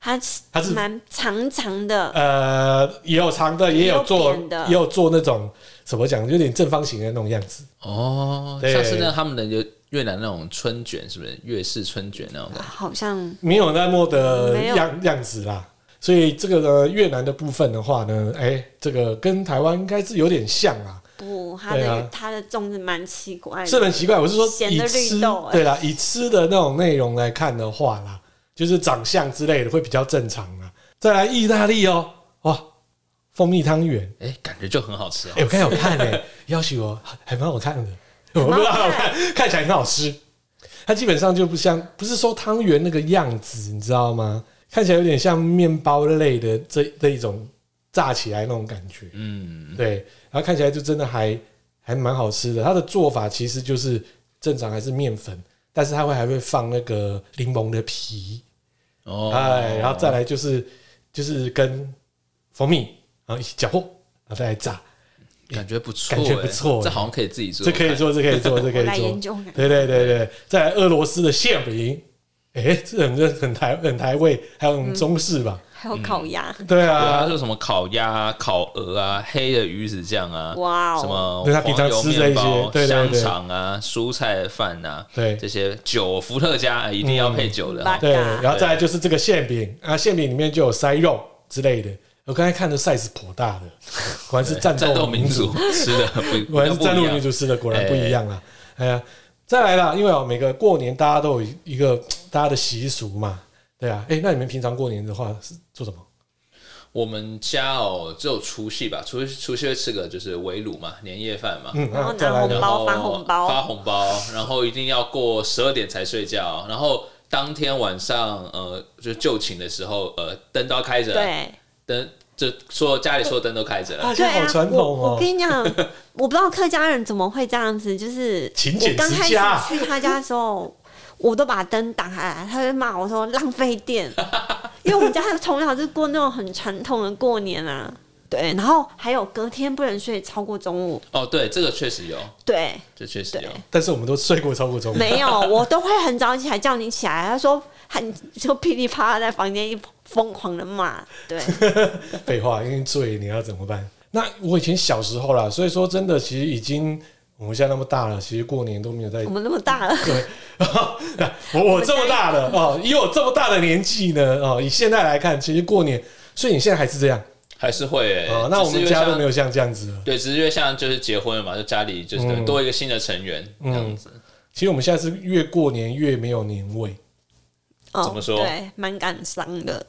[SPEAKER 3] 它
[SPEAKER 1] 它是
[SPEAKER 3] 蛮长长的，
[SPEAKER 1] 呃，也有长的，也有
[SPEAKER 3] 也有
[SPEAKER 1] 做
[SPEAKER 3] 扁的，
[SPEAKER 1] 也有做那种怎么讲，有点正方形的那种样子。
[SPEAKER 2] 哦，
[SPEAKER 1] 对
[SPEAKER 2] 像是那他们的有越南那种春卷，是不是越式春卷那种
[SPEAKER 1] 啊
[SPEAKER 2] 感觉？
[SPEAKER 3] 好像
[SPEAKER 1] 没有那么的
[SPEAKER 3] 没有
[SPEAKER 1] 样样子啦。所以这个呢，越南的部分的话呢，哎、这个跟台湾应该是有点像啊，
[SPEAKER 3] 不，它
[SPEAKER 1] 对
[SPEAKER 3] 的、
[SPEAKER 1] 啊
[SPEAKER 3] 它的粽子蛮奇怪
[SPEAKER 1] 是
[SPEAKER 3] 的。
[SPEAKER 1] 很奇怪。我是说
[SPEAKER 3] 咸
[SPEAKER 1] 以
[SPEAKER 3] 的
[SPEAKER 1] 吃
[SPEAKER 3] 绿豆哎
[SPEAKER 1] 对啦，以吃的那种内容来看的话啦，就是长相之类的会比较正常啦。再来意大利哦，哇，蜂蜜汤圆，
[SPEAKER 2] 哎，感觉就很好吃哦
[SPEAKER 1] 哎、。我刚才有看呢、要求我还蛮好看的，我
[SPEAKER 3] [laughs] 蛮
[SPEAKER 1] 不
[SPEAKER 3] 好看
[SPEAKER 1] 知道好看，看起来很好吃。它基本上就不像，不是说汤圆那个样子，你知道吗？看起来有点像面包类的这这一种炸起来那种感觉，
[SPEAKER 2] 嗯，
[SPEAKER 1] 对。然后看起来就真的还还蛮好吃的。它的做法其实就是正常还是面粉，但是它会还会放那个柠檬的皮，
[SPEAKER 2] 哦，
[SPEAKER 1] 哎，然后再来就是就是跟蜂蜜，然后一起搅和，然后再来炸。
[SPEAKER 2] 感觉不错、欸，
[SPEAKER 1] 感觉不错欸
[SPEAKER 2] 这好像可以自己做，
[SPEAKER 1] 这可以做，这可以做，这可
[SPEAKER 3] 我
[SPEAKER 1] 以
[SPEAKER 3] 来
[SPEAKER 1] 做
[SPEAKER 3] 研。究看看。
[SPEAKER 1] 对对对对，再来俄罗斯的馅饼，哎、这很这很台很台味，还有很中式吧？
[SPEAKER 3] 还有
[SPEAKER 1] 嗯
[SPEAKER 3] 烤鸭，
[SPEAKER 1] 对
[SPEAKER 2] 对啊，
[SPEAKER 1] 啊，
[SPEAKER 2] 就什么烤鸭、啊、烤鹅啊、黑的鱼子酱啊，
[SPEAKER 3] 哇哦
[SPEAKER 2] 什么
[SPEAKER 1] 对他平常
[SPEAKER 2] 黄油
[SPEAKER 1] 吃这
[SPEAKER 2] 面
[SPEAKER 1] 一些
[SPEAKER 2] 包、
[SPEAKER 1] 对对
[SPEAKER 2] 香
[SPEAKER 1] 对
[SPEAKER 2] 肠啊、蔬菜饭啊，
[SPEAKER 1] 对
[SPEAKER 2] 这些酒伏特加哎一定要配酒的哈，
[SPEAKER 1] 对，
[SPEAKER 3] 啊
[SPEAKER 1] 然后再来就是这个馅饼啊，馅饼里面就有塞肉之类的。我刚才看的 size 颇大的，果然是战
[SPEAKER 2] 战
[SPEAKER 1] 斗
[SPEAKER 2] 斗民
[SPEAKER 1] 民族
[SPEAKER 2] 族
[SPEAKER 1] [laughs]
[SPEAKER 2] 吃的不，
[SPEAKER 1] 果然是
[SPEAKER 2] 不一
[SPEAKER 1] 战斗
[SPEAKER 2] 样
[SPEAKER 1] 民族吃的果然不一样啊！哎呀，再来啦，因为哦，每个过年大家都有一个大家的习俗嘛，对啊。哎，那你们平常过年的话是做什么？
[SPEAKER 2] 我们家哦，只有除夕吧，除除夕会吃个就是围炉嘛，年夜饭嘛，
[SPEAKER 1] 嗯，
[SPEAKER 3] 然后
[SPEAKER 1] 啊
[SPEAKER 3] 拿
[SPEAKER 1] 再来
[SPEAKER 3] 红
[SPEAKER 1] 呢
[SPEAKER 2] 然
[SPEAKER 3] 包
[SPEAKER 2] 后
[SPEAKER 3] 发红包
[SPEAKER 2] 发红包，然后一定要过十二点才睡觉，然后当天晚上呃，就就寝的时候，呃，灯都要开着，
[SPEAKER 3] 对
[SPEAKER 2] 灯就所有家里所有灯都开着，
[SPEAKER 1] 啊，这
[SPEAKER 3] 对
[SPEAKER 1] 好
[SPEAKER 3] 啊，
[SPEAKER 1] 传统
[SPEAKER 3] 我我
[SPEAKER 1] 哦
[SPEAKER 3] 跟。你讲， [laughs] 我不知道客家人怎么会这样子，就是
[SPEAKER 1] 勤
[SPEAKER 3] 我
[SPEAKER 1] 俭
[SPEAKER 3] 刚
[SPEAKER 1] 持
[SPEAKER 3] 开
[SPEAKER 1] 家
[SPEAKER 3] 始去他家的时候，我都把灯打开来，他会骂我说浪费
[SPEAKER 2] [laughs]
[SPEAKER 3] 电，因为我们家从小就过那种很传统的过年啊。对，然后还有隔天不能睡超过中午，
[SPEAKER 2] 哦，对，这个确实有， [laughs]
[SPEAKER 3] 对，
[SPEAKER 2] 这确实有
[SPEAKER 3] 对。
[SPEAKER 1] 但是我们都睡过超过中午，
[SPEAKER 3] 没有，我都会很早起来叫你起来。他说，很就噼里啪啦在房间一疯狂的骂，
[SPEAKER 2] [laughs]
[SPEAKER 3] 对，
[SPEAKER 1] 废话，因为醉你要怎么办？那我以前小时候啦，所以说真的，其实已经我们现在那么大了，其实过年都没有在
[SPEAKER 3] 我们那么大了，
[SPEAKER 1] 对，我我这么大了哦，以我这么大的年纪呢哦，以现在来看，其实过年，所以你现在还是这样
[SPEAKER 2] 还是会、欸
[SPEAKER 1] 哦，那我们家都没
[SPEAKER 2] 有。
[SPEAKER 1] 有像这样子了。
[SPEAKER 2] 对，只是因为像就是结婚了嘛，就家里就是
[SPEAKER 1] 嗯
[SPEAKER 2] 多一个新的成员这样子。
[SPEAKER 1] 其实我们现在是越过年越没有年味，
[SPEAKER 3] 哦，
[SPEAKER 2] 怎么说
[SPEAKER 3] 对，蛮感伤的。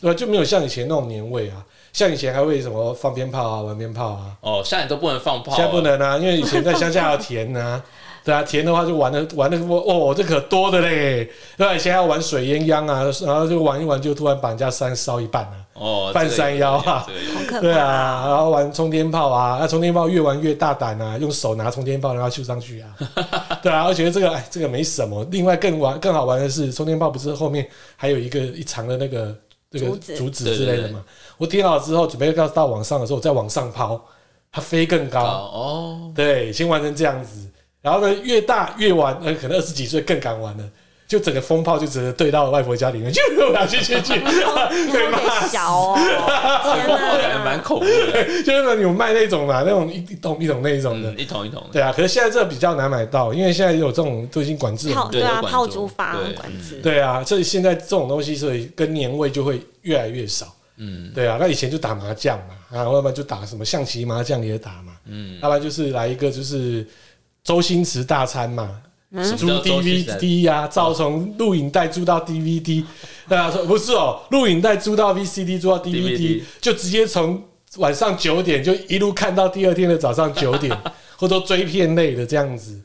[SPEAKER 1] 对吧？就没有像以前那种年味啊，像以前还会什么放鞭炮啊、玩鞭炮啊，
[SPEAKER 2] 哦，现在都不能放炮、啊，
[SPEAKER 1] 现在不能啊，因为以前在乡下要田啊，对啊，田的话就玩的玩的哦，这可多的嘞，对吧、啊以前还要玩水鸳鸯啊，然后就玩一玩就突然把人家山烧一半
[SPEAKER 2] [laughs]
[SPEAKER 1] 啊，
[SPEAKER 2] 哦，
[SPEAKER 1] 半
[SPEAKER 2] 这个
[SPEAKER 1] 山腰啊
[SPEAKER 2] 有这个有
[SPEAKER 3] 好可怕、
[SPEAKER 1] 对啊，然后玩冲天炮啊，那冲天炮越玩越大胆啊，用手拿冲天炮然后秀上去啊，对啊，而且这个哎这个没什么。另外更玩更好玩的是，冲天炮不是后面还有一个一长的那个那个
[SPEAKER 3] 竹子
[SPEAKER 1] 竹子之类的嘛？我点好之后，准备要到网上的时候，我再往上抛，它飞更
[SPEAKER 2] 好
[SPEAKER 1] 高。
[SPEAKER 2] 哦，
[SPEAKER 1] 对，先玩成这样子，然后呢越大越玩，呃可能二十几岁更敢玩了。就整个风炮就直接对到外婆家里面，就拿去去 [laughs] 去，
[SPEAKER 3] 你
[SPEAKER 1] 对
[SPEAKER 3] 好
[SPEAKER 1] 骂
[SPEAKER 3] 给小哦，天
[SPEAKER 2] 风炮感觉
[SPEAKER 3] 哪
[SPEAKER 2] 蛮！恐怖的，
[SPEAKER 1] 就是有卖那种嘛，那种一一桶一桶那一种的，
[SPEAKER 2] 嗯，一桶一桶的。
[SPEAKER 1] 对啊，可是现在这个比较难买到，因为现在有这种都已经管制了
[SPEAKER 3] 炮
[SPEAKER 1] 嘛。
[SPEAKER 2] 对
[SPEAKER 3] 对啊，
[SPEAKER 2] 有管
[SPEAKER 3] 炮
[SPEAKER 2] 制
[SPEAKER 3] 竹法
[SPEAKER 2] 对
[SPEAKER 3] 管制，
[SPEAKER 1] 对啊，所以现在这种东西，所以跟年味就会越来越少。嗯，对啊，那以前就打麻将嘛，啊，要不然就打什么象棋、麻将也打嘛，嗯，要不然就是来一个就是周星驰大餐嘛，
[SPEAKER 2] 嗯什
[SPEAKER 1] 租
[SPEAKER 2] 么叫周期赛
[SPEAKER 1] DVD 啊，照从录影带租到 DVD，大家说不是哦，录影带租到 VCD，租到 DVD，
[SPEAKER 2] DVD
[SPEAKER 1] 就直接从晚上九点就一路看到第二天的早上九点，或者说追片类的这样子。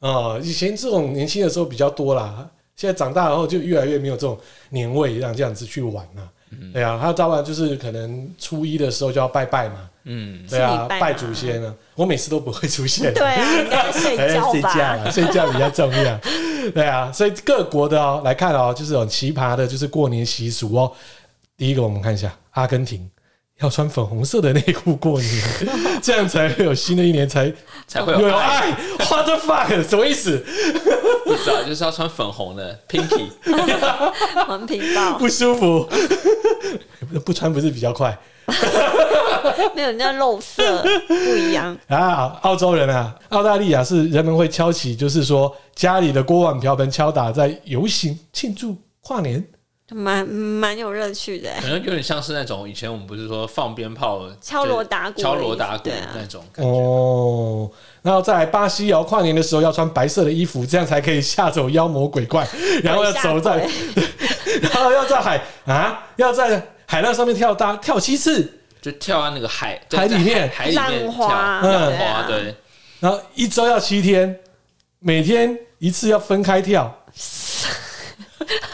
[SPEAKER 1] 啊、以前这种年轻的时候比较多啦，现在长大然后就越来越没有这种年味，让这样子去玩啦、对啊，他早晚就是可能初一的时候就要拜拜嘛，
[SPEAKER 2] 嗯，
[SPEAKER 1] 对啊
[SPEAKER 3] 是，礼拜
[SPEAKER 1] 拜
[SPEAKER 3] 嘛
[SPEAKER 1] 祖先啊，我每次都不会出现啊、
[SPEAKER 3] [laughs] 对哎啊，应该睡
[SPEAKER 1] 还在
[SPEAKER 3] 觉
[SPEAKER 1] 睡觉
[SPEAKER 3] 吧。
[SPEAKER 1] 啊，睡觉比较重要。对啊，所以各国的哦来看哦，就是很奇葩的，就是过年习俗哦。第一个我们看一下，阿根廷要穿粉红色的内裤过年，这样才会有新的一年才
[SPEAKER 2] 才会有
[SPEAKER 1] 有
[SPEAKER 2] 爱，
[SPEAKER 1] 爱。What the fuck？什么意思？
[SPEAKER 2] 不知道就是要穿粉红的 pinky， [laughs]
[SPEAKER 3] 环频道
[SPEAKER 1] 不舒服。 [laughs] 不穿不是比较快
[SPEAKER 3] 没有人家肉色不一样，
[SPEAKER 1] 啊？澳洲人啊，澳大利亚是人们会敲起，就是说家里的锅碗瓢盆敲打，在游行庆祝跨年。
[SPEAKER 3] 蛮蛮有乐趣的。
[SPEAKER 2] 可能有点像是那种以前我们不是说放鞭炮、
[SPEAKER 3] 敲锣打鼓
[SPEAKER 2] 敲锣打鼓
[SPEAKER 3] 对啊
[SPEAKER 2] 那种感觉。
[SPEAKER 1] 哦，然后再来巴西哦，跨年的时候要穿白色的衣服，这样才可以吓走妖魔鬼
[SPEAKER 2] [laughs]
[SPEAKER 1] 怪，然后要走在，
[SPEAKER 3] [laughs]
[SPEAKER 1] 然后要在海啊，要在海浪上面跳搭跳七次，
[SPEAKER 2] 就跳到那个海就
[SPEAKER 1] 海里
[SPEAKER 2] 在
[SPEAKER 1] 面
[SPEAKER 2] 海里面
[SPEAKER 3] 浪
[SPEAKER 2] 跳
[SPEAKER 3] 花
[SPEAKER 1] 嗯
[SPEAKER 2] 浪花
[SPEAKER 3] 对啊
[SPEAKER 2] 对，
[SPEAKER 1] 然后一周要七天，每天一次要分开
[SPEAKER 2] [laughs]
[SPEAKER 1] 跳，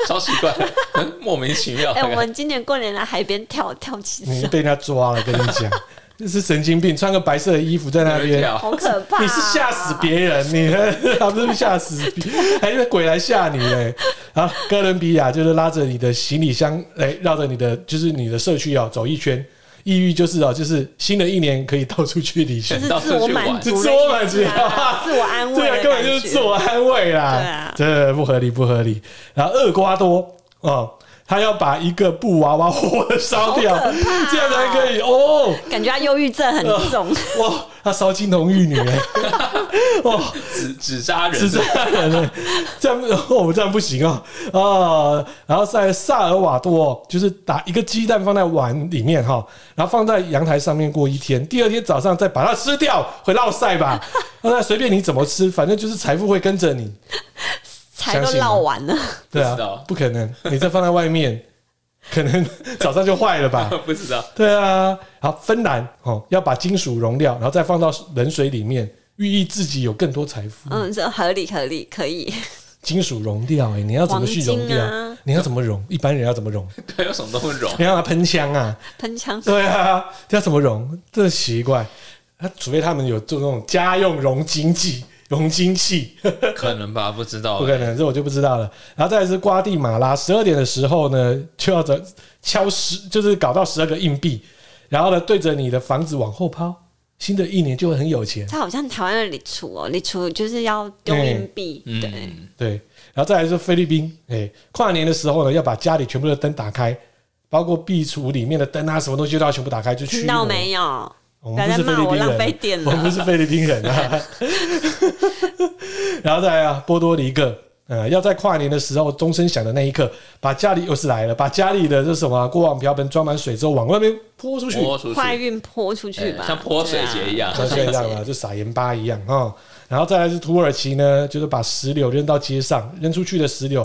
[SPEAKER 2] 超奇怪，嗯 [laughs] 莫名其妙。
[SPEAKER 3] 哎、我们今年过年来海边跳跳七
[SPEAKER 1] 你
[SPEAKER 3] 次，
[SPEAKER 1] 被人家抓了，跟你讲，这是神经病，穿个白色的衣服在那边。
[SPEAKER 2] 跳
[SPEAKER 3] 好可怕、啊
[SPEAKER 1] 你是吓死别人，你 [laughs] 他不是吓死别，还是鬼来吓你嘞？好，哥伦比亚就是拉着你的行李箱来绕着你的，就是你的社区哦走一圈，抑郁就是啊，就是新的一年可以到处去旅行
[SPEAKER 3] 就，是
[SPEAKER 2] 到
[SPEAKER 3] 自我
[SPEAKER 2] 处去
[SPEAKER 3] 满
[SPEAKER 2] 玩
[SPEAKER 3] 足的意思啊，
[SPEAKER 1] 自我满足
[SPEAKER 3] 自我安慰
[SPEAKER 1] 这个啊
[SPEAKER 3] 的感觉，
[SPEAKER 1] 根本就是自我安慰
[SPEAKER 3] 对
[SPEAKER 1] 啦
[SPEAKER 3] 啊，
[SPEAKER 1] 这不合理不合理。然后厄瓜多哦，他要把一个布娃娃活活的烧掉，
[SPEAKER 3] 好可怕哦
[SPEAKER 1] 这样才可以哦。
[SPEAKER 3] 感觉他忧郁症很
[SPEAKER 1] [laughs]
[SPEAKER 3] 重，
[SPEAKER 1] 哇，他烧金童玉女 [laughs] 哦哎，哇，
[SPEAKER 2] 纸纸扎人，
[SPEAKER 1] 是这样的，这样哦我们这样不行啊啊！然后在萨尔瓦多，就是打一个鸡蛋放在碗里面哈，然后放在阳台上面过一天，第二天早上再把它吃掉，会落晒吧？那随便你怎么吃，反正就是财富会跟着你。
[SPEAKER 3] 才都唠完了，
[SPEAKER 1] 对啊
[SPEAKER 2] 不知道，
[SPEAKER 1] 不可能，你再放在外面，可能早上就坏了
[SPEAKER 2] [laughs]
[SPEAKER 1] 吧？
[SPEAKER 2] [laughs] 不知道
[SPEAKER 1] 对啊，好，芬兰哦，要把金属溶掉，然后再放到冷水里面，寓意自己有更多财富。
[SPEAKER 3] 嗯，这合理合理可以，
[SPEAKER 1] 金属溶掉、欸，你要怎么去溶掉？
[SPEAKER 3] 黄金啊
[SPEAKER 1] 你要怎么溶？一般人要怎么
[SPEAKER 3] [laughs]
[SPEAKER 1] 溶？
[SPEAKER 2] 对，有什么都会
[SPEAKER 1] [laughs]
[SPEAKER 2] 融，
[SPEAKER 1] 你让它喷枪啊？
[SPEAKER 3] 喷枪
[SPEAKER 1] 对啊，这要怎么溶？这奇怪，啊除非他们有做那种家用溶金器、溶金器。
[SPEAKER 2] 可能吧，不知道
[SPEAKER 1] 不可能，这我就不知道了。然后再来是瓜地马拉，十二点的时候呢，就要着敲十，就是搞到十二个硬币，然后呢，对着你的房子往后抛，新的一年就会很有钱。
[SPEAKER 3] 它好像台湾的礼厨哦，礼厨就是要丢硬币，对，
[SPEAKER 2] 嗯，
[SPEAKER 1] 对，然后再来是菲律宾，哎、跨年的时候呢，要把家里全部的灯打开，包括壁橱里面的灯啊，什么东西都要全部打开，就驱
[SPEAKER 3] 听
[SPEAKER 1] 魔
[SPEAKER 3] 到？没有？
[SPEAKER 1] 我
[SPEAKER 3] 不
[SPEAKER 1] 们
[SPEAKER 3] 要
[SPEAKER 1] 不是
[SPEAKER 3] 再
[SPEAKER 1] 菲
[SPEAKER 3] 骂
[SPEAKER 1] 律
[SPEAKER 3] 我
[SPEAKER 1] 宾人，
[SPEAKER 3] 浪费电
[SPEAKER 1] 我们不
[SPEAKER 3] 了，
[SPEAKER 1] 是菲律宾人啊。 [laughs] 然后再来啊，波多黎各，呃，要在跨年的时候钟声响的那一刻，把家里又哦是来了，把家里的这什么啊锅碗瓢盆装满水之后，往外面泼出去，
[SPEAKER 2] 泼出去，
[SPEAKER 3] 坏运泼出去吧，
[SPEAKER 2] 哎像泼水节一样
[SPEAKER 1] 像这样 [laughs] 啊，就撒盐巴一样啊、哦然后再来是土耳其呢，就是把石榴扔到街上，扔出去的石榴，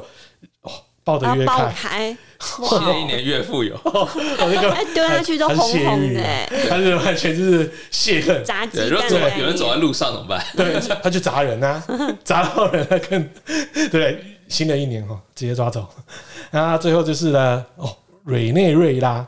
[SPEAKER 1] 哦，抱
[SPEAKER 3] 对啊，
[SPEAKER 1] 得
[SPEAKER 3] 然
[SPEAKER 1] 越
[SPEAKER 3] 后爆
[SPEAKER 1] 开，
[SPEAKER 3] 开，
[SPEAKER 2] 新的一 [laughs] 年越富
[SPEAKER 3] [laughs]
[SPEAKER 2] 有，
[SPEAKER 1] 哦那个
[SPEAKER 3] 哎丢下去都
[SPEAKER 1] 很
[SPEAKER 3] 红
[SPEAKER 1] 很
[SPEAKER 3] 红
[SPEAKER 1] 血
[SPEAKER 3] 的
[SPEAKER 1] 雨
[SPEAKER 3] 哎
[SPEAKER 1] 啊，他是完全就是泄 [laughs] 恨，
[SPEAKER 3] 炸鸡
[SPEAKER 2] 对，
[SPEAKER 3] 蛋
[SPEAKER 2] 如果走
[SPEAKER 3] 的概
[SPEAKER 2] 有人走在
[SPEAKER 3] 念，
[SPEAKER 2] 路上怎么办？
[SPEAKER 1] 对，他就砸人 [laughs] 啊，砸到人啊，更对。新的一年哦，直接抓走。啊，最后就是呢，哦，委内瑞拉，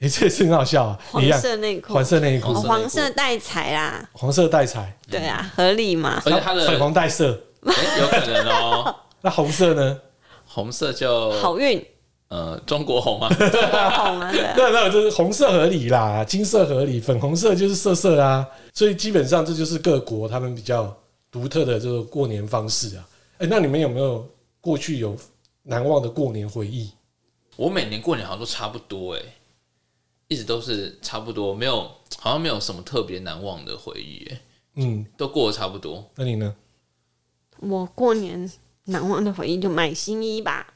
[SPEAKER 1] 诶，这次很好笑啊，一
[SPEAKER 3] 黄
[SPEAKER 1] 样
[SPEAKER 3] 色内裤，
[SPEAKER 1] 黄色内裤，
[SPEAKER 3] 哦黄色带彩啦，
[SPEAKER 1] 黄色带彩，
[SPEAKER 3] 对啊，合理嘛？
[SPEAKER 2] 而且它的
[SPEAKER 1] 粉红带色，
[SPEAKER 2] 哎有可能哦，
[SPEAKER 1] 那红色呢？
[SPEAKER 2] 红色就
[SPEAKER 3] 好运，
[SPEAKER 2] 呃中国红嘛，
[SPEAKER 3] 火红啊，对
[SPEAKER 1] [laughs]
[SPEAKER 3] 啊，
[SPEAKER 1] 那那就是红色合理啦，金色合理，粉红色就是色色啊。所以基本上这就是各国他们比较独特的这个过年方式啊。哎、那你们有没有过去有难忘的过年回忆？
[SPEAKER 2] [laughs] 我每年过年好像都差不多哎、一直都是差不多，没有好像没有什么特别难忘的回忆哎、
[SPEAKER 1] 嗯，
[SPEAKER 2] 都过得差不多。
[SPEAKER 1] 那你呢？
[SPEAKER 3] 我过年难忘的回忆就买新衣吧。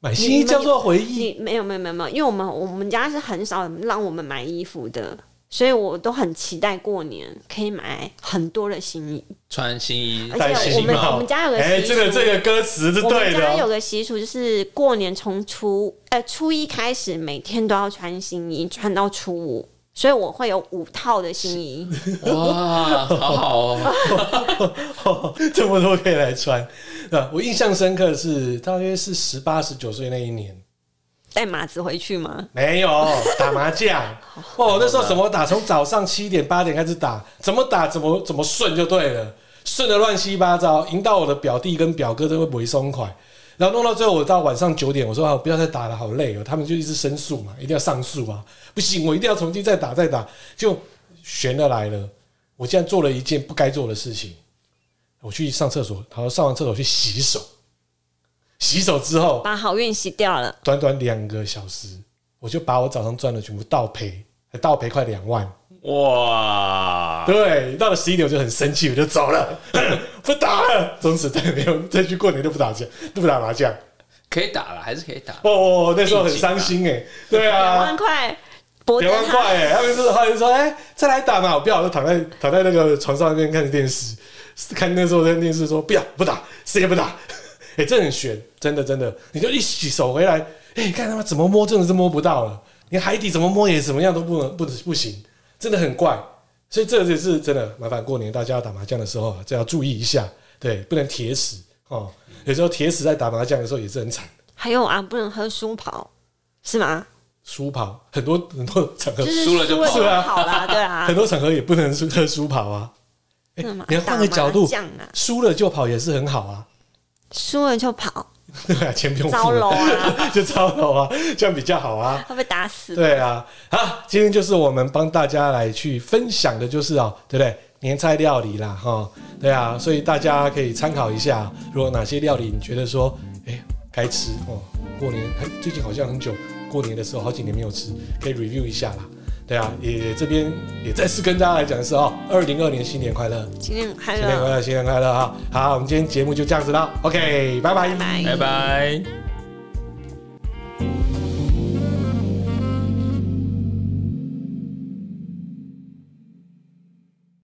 [SPEAKER 1] 买新衣叫做回忆，
[SPEAKER 3] 你没有没有没有没有，因为我们我们家是很少让我们买衣服的，所以我都很期待过年可以买很多的新衣。
[SPEAKER 2] 穿新衣，
[SPEAKER 3] 而且我们
[SPEAKER 1] 帽
[SPEAKER 3] 我们家有个
[SPEAKER 1] 哎、
[SPEAKER 3] 习
[SPEAKER 1] 这个
[SPEAKER 3] 俗
[SPEAKER 1] 这个歌词是
[SPEAKER 3] 我们
[SPEAKER 1] 对的
[SPEAKER 3] 家有
[SPEAKER 1] 哦、
[SPEAKER 3] 个习俗，就是过年从初呃初一开始，每天都要穿新衣，穿到初五。所以我会有五套的新衣，
[SPEAKER 2] 哇，好好哦，
[SPEAKER 1] [laughs] 这么多可以来穿。啊，我印象深刻是大约是十八十九岁那一年，
[SPEAKER 3] 带马子回去吗？
[SPEAKER 1] 没有打麻将哦，那时候怎么打？从早上七点八点开始打，怎么打怎么怎么顺就对了，顺的乱七八糟，赢到我的表弟跟表哥都会不松快。然后弄到最后，我到晚上九点，我说啊，我不要再打了，好累哦。他们就一直申诉嘛，一定要上诉啊，不行，我一定要重新再打再打。就悬的来了，我竟然做了一件不该做的事情，我去上厕所，然后上完厕所去洗手，洗手之后
[SPEAKER 3] 把好运洗掉了，
[SPEAKER 1] 短短两个小时，我就把我早上赚的全部倒赔，还倒赔快两万。
[SPEAKER 2] 哇，
[SPEAKER 1] 对，到了十一点我就很生气，我就走了， [laughs] 不打了。从此再没有再去过年都不打架，都不打麻将。
[SPEAKER 2] 可以打了，还是可以打。
[SPEAKER 1] 哦，那时候很伤心哎、对
[SPEAKER 3] 两
[SPEAKER 1] 啊
[SPEAKER 3] 万。块，脖子
[SPEAKER 1] 两万块哎、他们就是他们就说哎、再来打嘛，我不要，我就躺在躺在那个床上那边看电视，看那时候在电视说不要不打，谁也不打， [laughs] 哎、这很悬，真的真的，你就一洗手回来，哎、你看他妈怎么摸真的是摸不到了，你海底怎么摸也怎么样都不能不不行，真的很怪，所以这也是真的麻烦过年大家打麻将的时候啊，这要注意一下，对，不能铁死哦，有时候铁死在打麻将的时候也是很惨，
[SPEAKER 3] 还有啊，不能喝舒跑，是吗？
[SPEAKER 1] 输跑很多很多场合
[SPEAKER 3] 就是
[SPEAKER 2] 输了就跑
[SPEAKER 3] 输了跑啦，对啊 [laughs]
[SPEAKER 1] 很，多场合也不能输喝输跑啊。哎
[SPEAKER 3] 干嘛
[SPEAKER 1] 你要换个角度
[SPEAKER 3] 打麻将啊，
[SPEAKER 1] 输了就跑也是很好啊。 [laughs]
[SPEAKER 3] 输了就跑，
[SPEAKER 1] 对啊，钱不用
[SPEAKER 3] 糟
[SPEAKER 1] 付
[SPEAKER 3] 楼
[SPEAKER 1] 了，[laughs]
[SPEAKER 3] 啊，[laughs]
[SPEAKER 1] 就糟了啊，这样比较好啊。
[SPEAKER 3] 会被打死。
[SPEAKER 1] 对啊，好，今天就是我们帮大家来去分享的，就是哦，对不对？年菜料理啦，哈、对啊，所以大家可以参考一下，如果哪些料理你觉得说，哎，该吃哦，过年哎最近好像很久，过年的时候好几年没有吃，可以 review 一下啦。对啊，也这边也再次跟大家来讲的是哦，二零二年新年快乐，
[SPEAKER 3] 今天很快
[SPEAKER 1] 新年快
[SPEAKER 3] 乐，
[SPEAKER 1] 乐，新年快乐啊！好，我们今天节目就这样子啦，OK，拜拜
[SPEAKER 3] 拜拜。
[SPEAKER 2] 拜拜。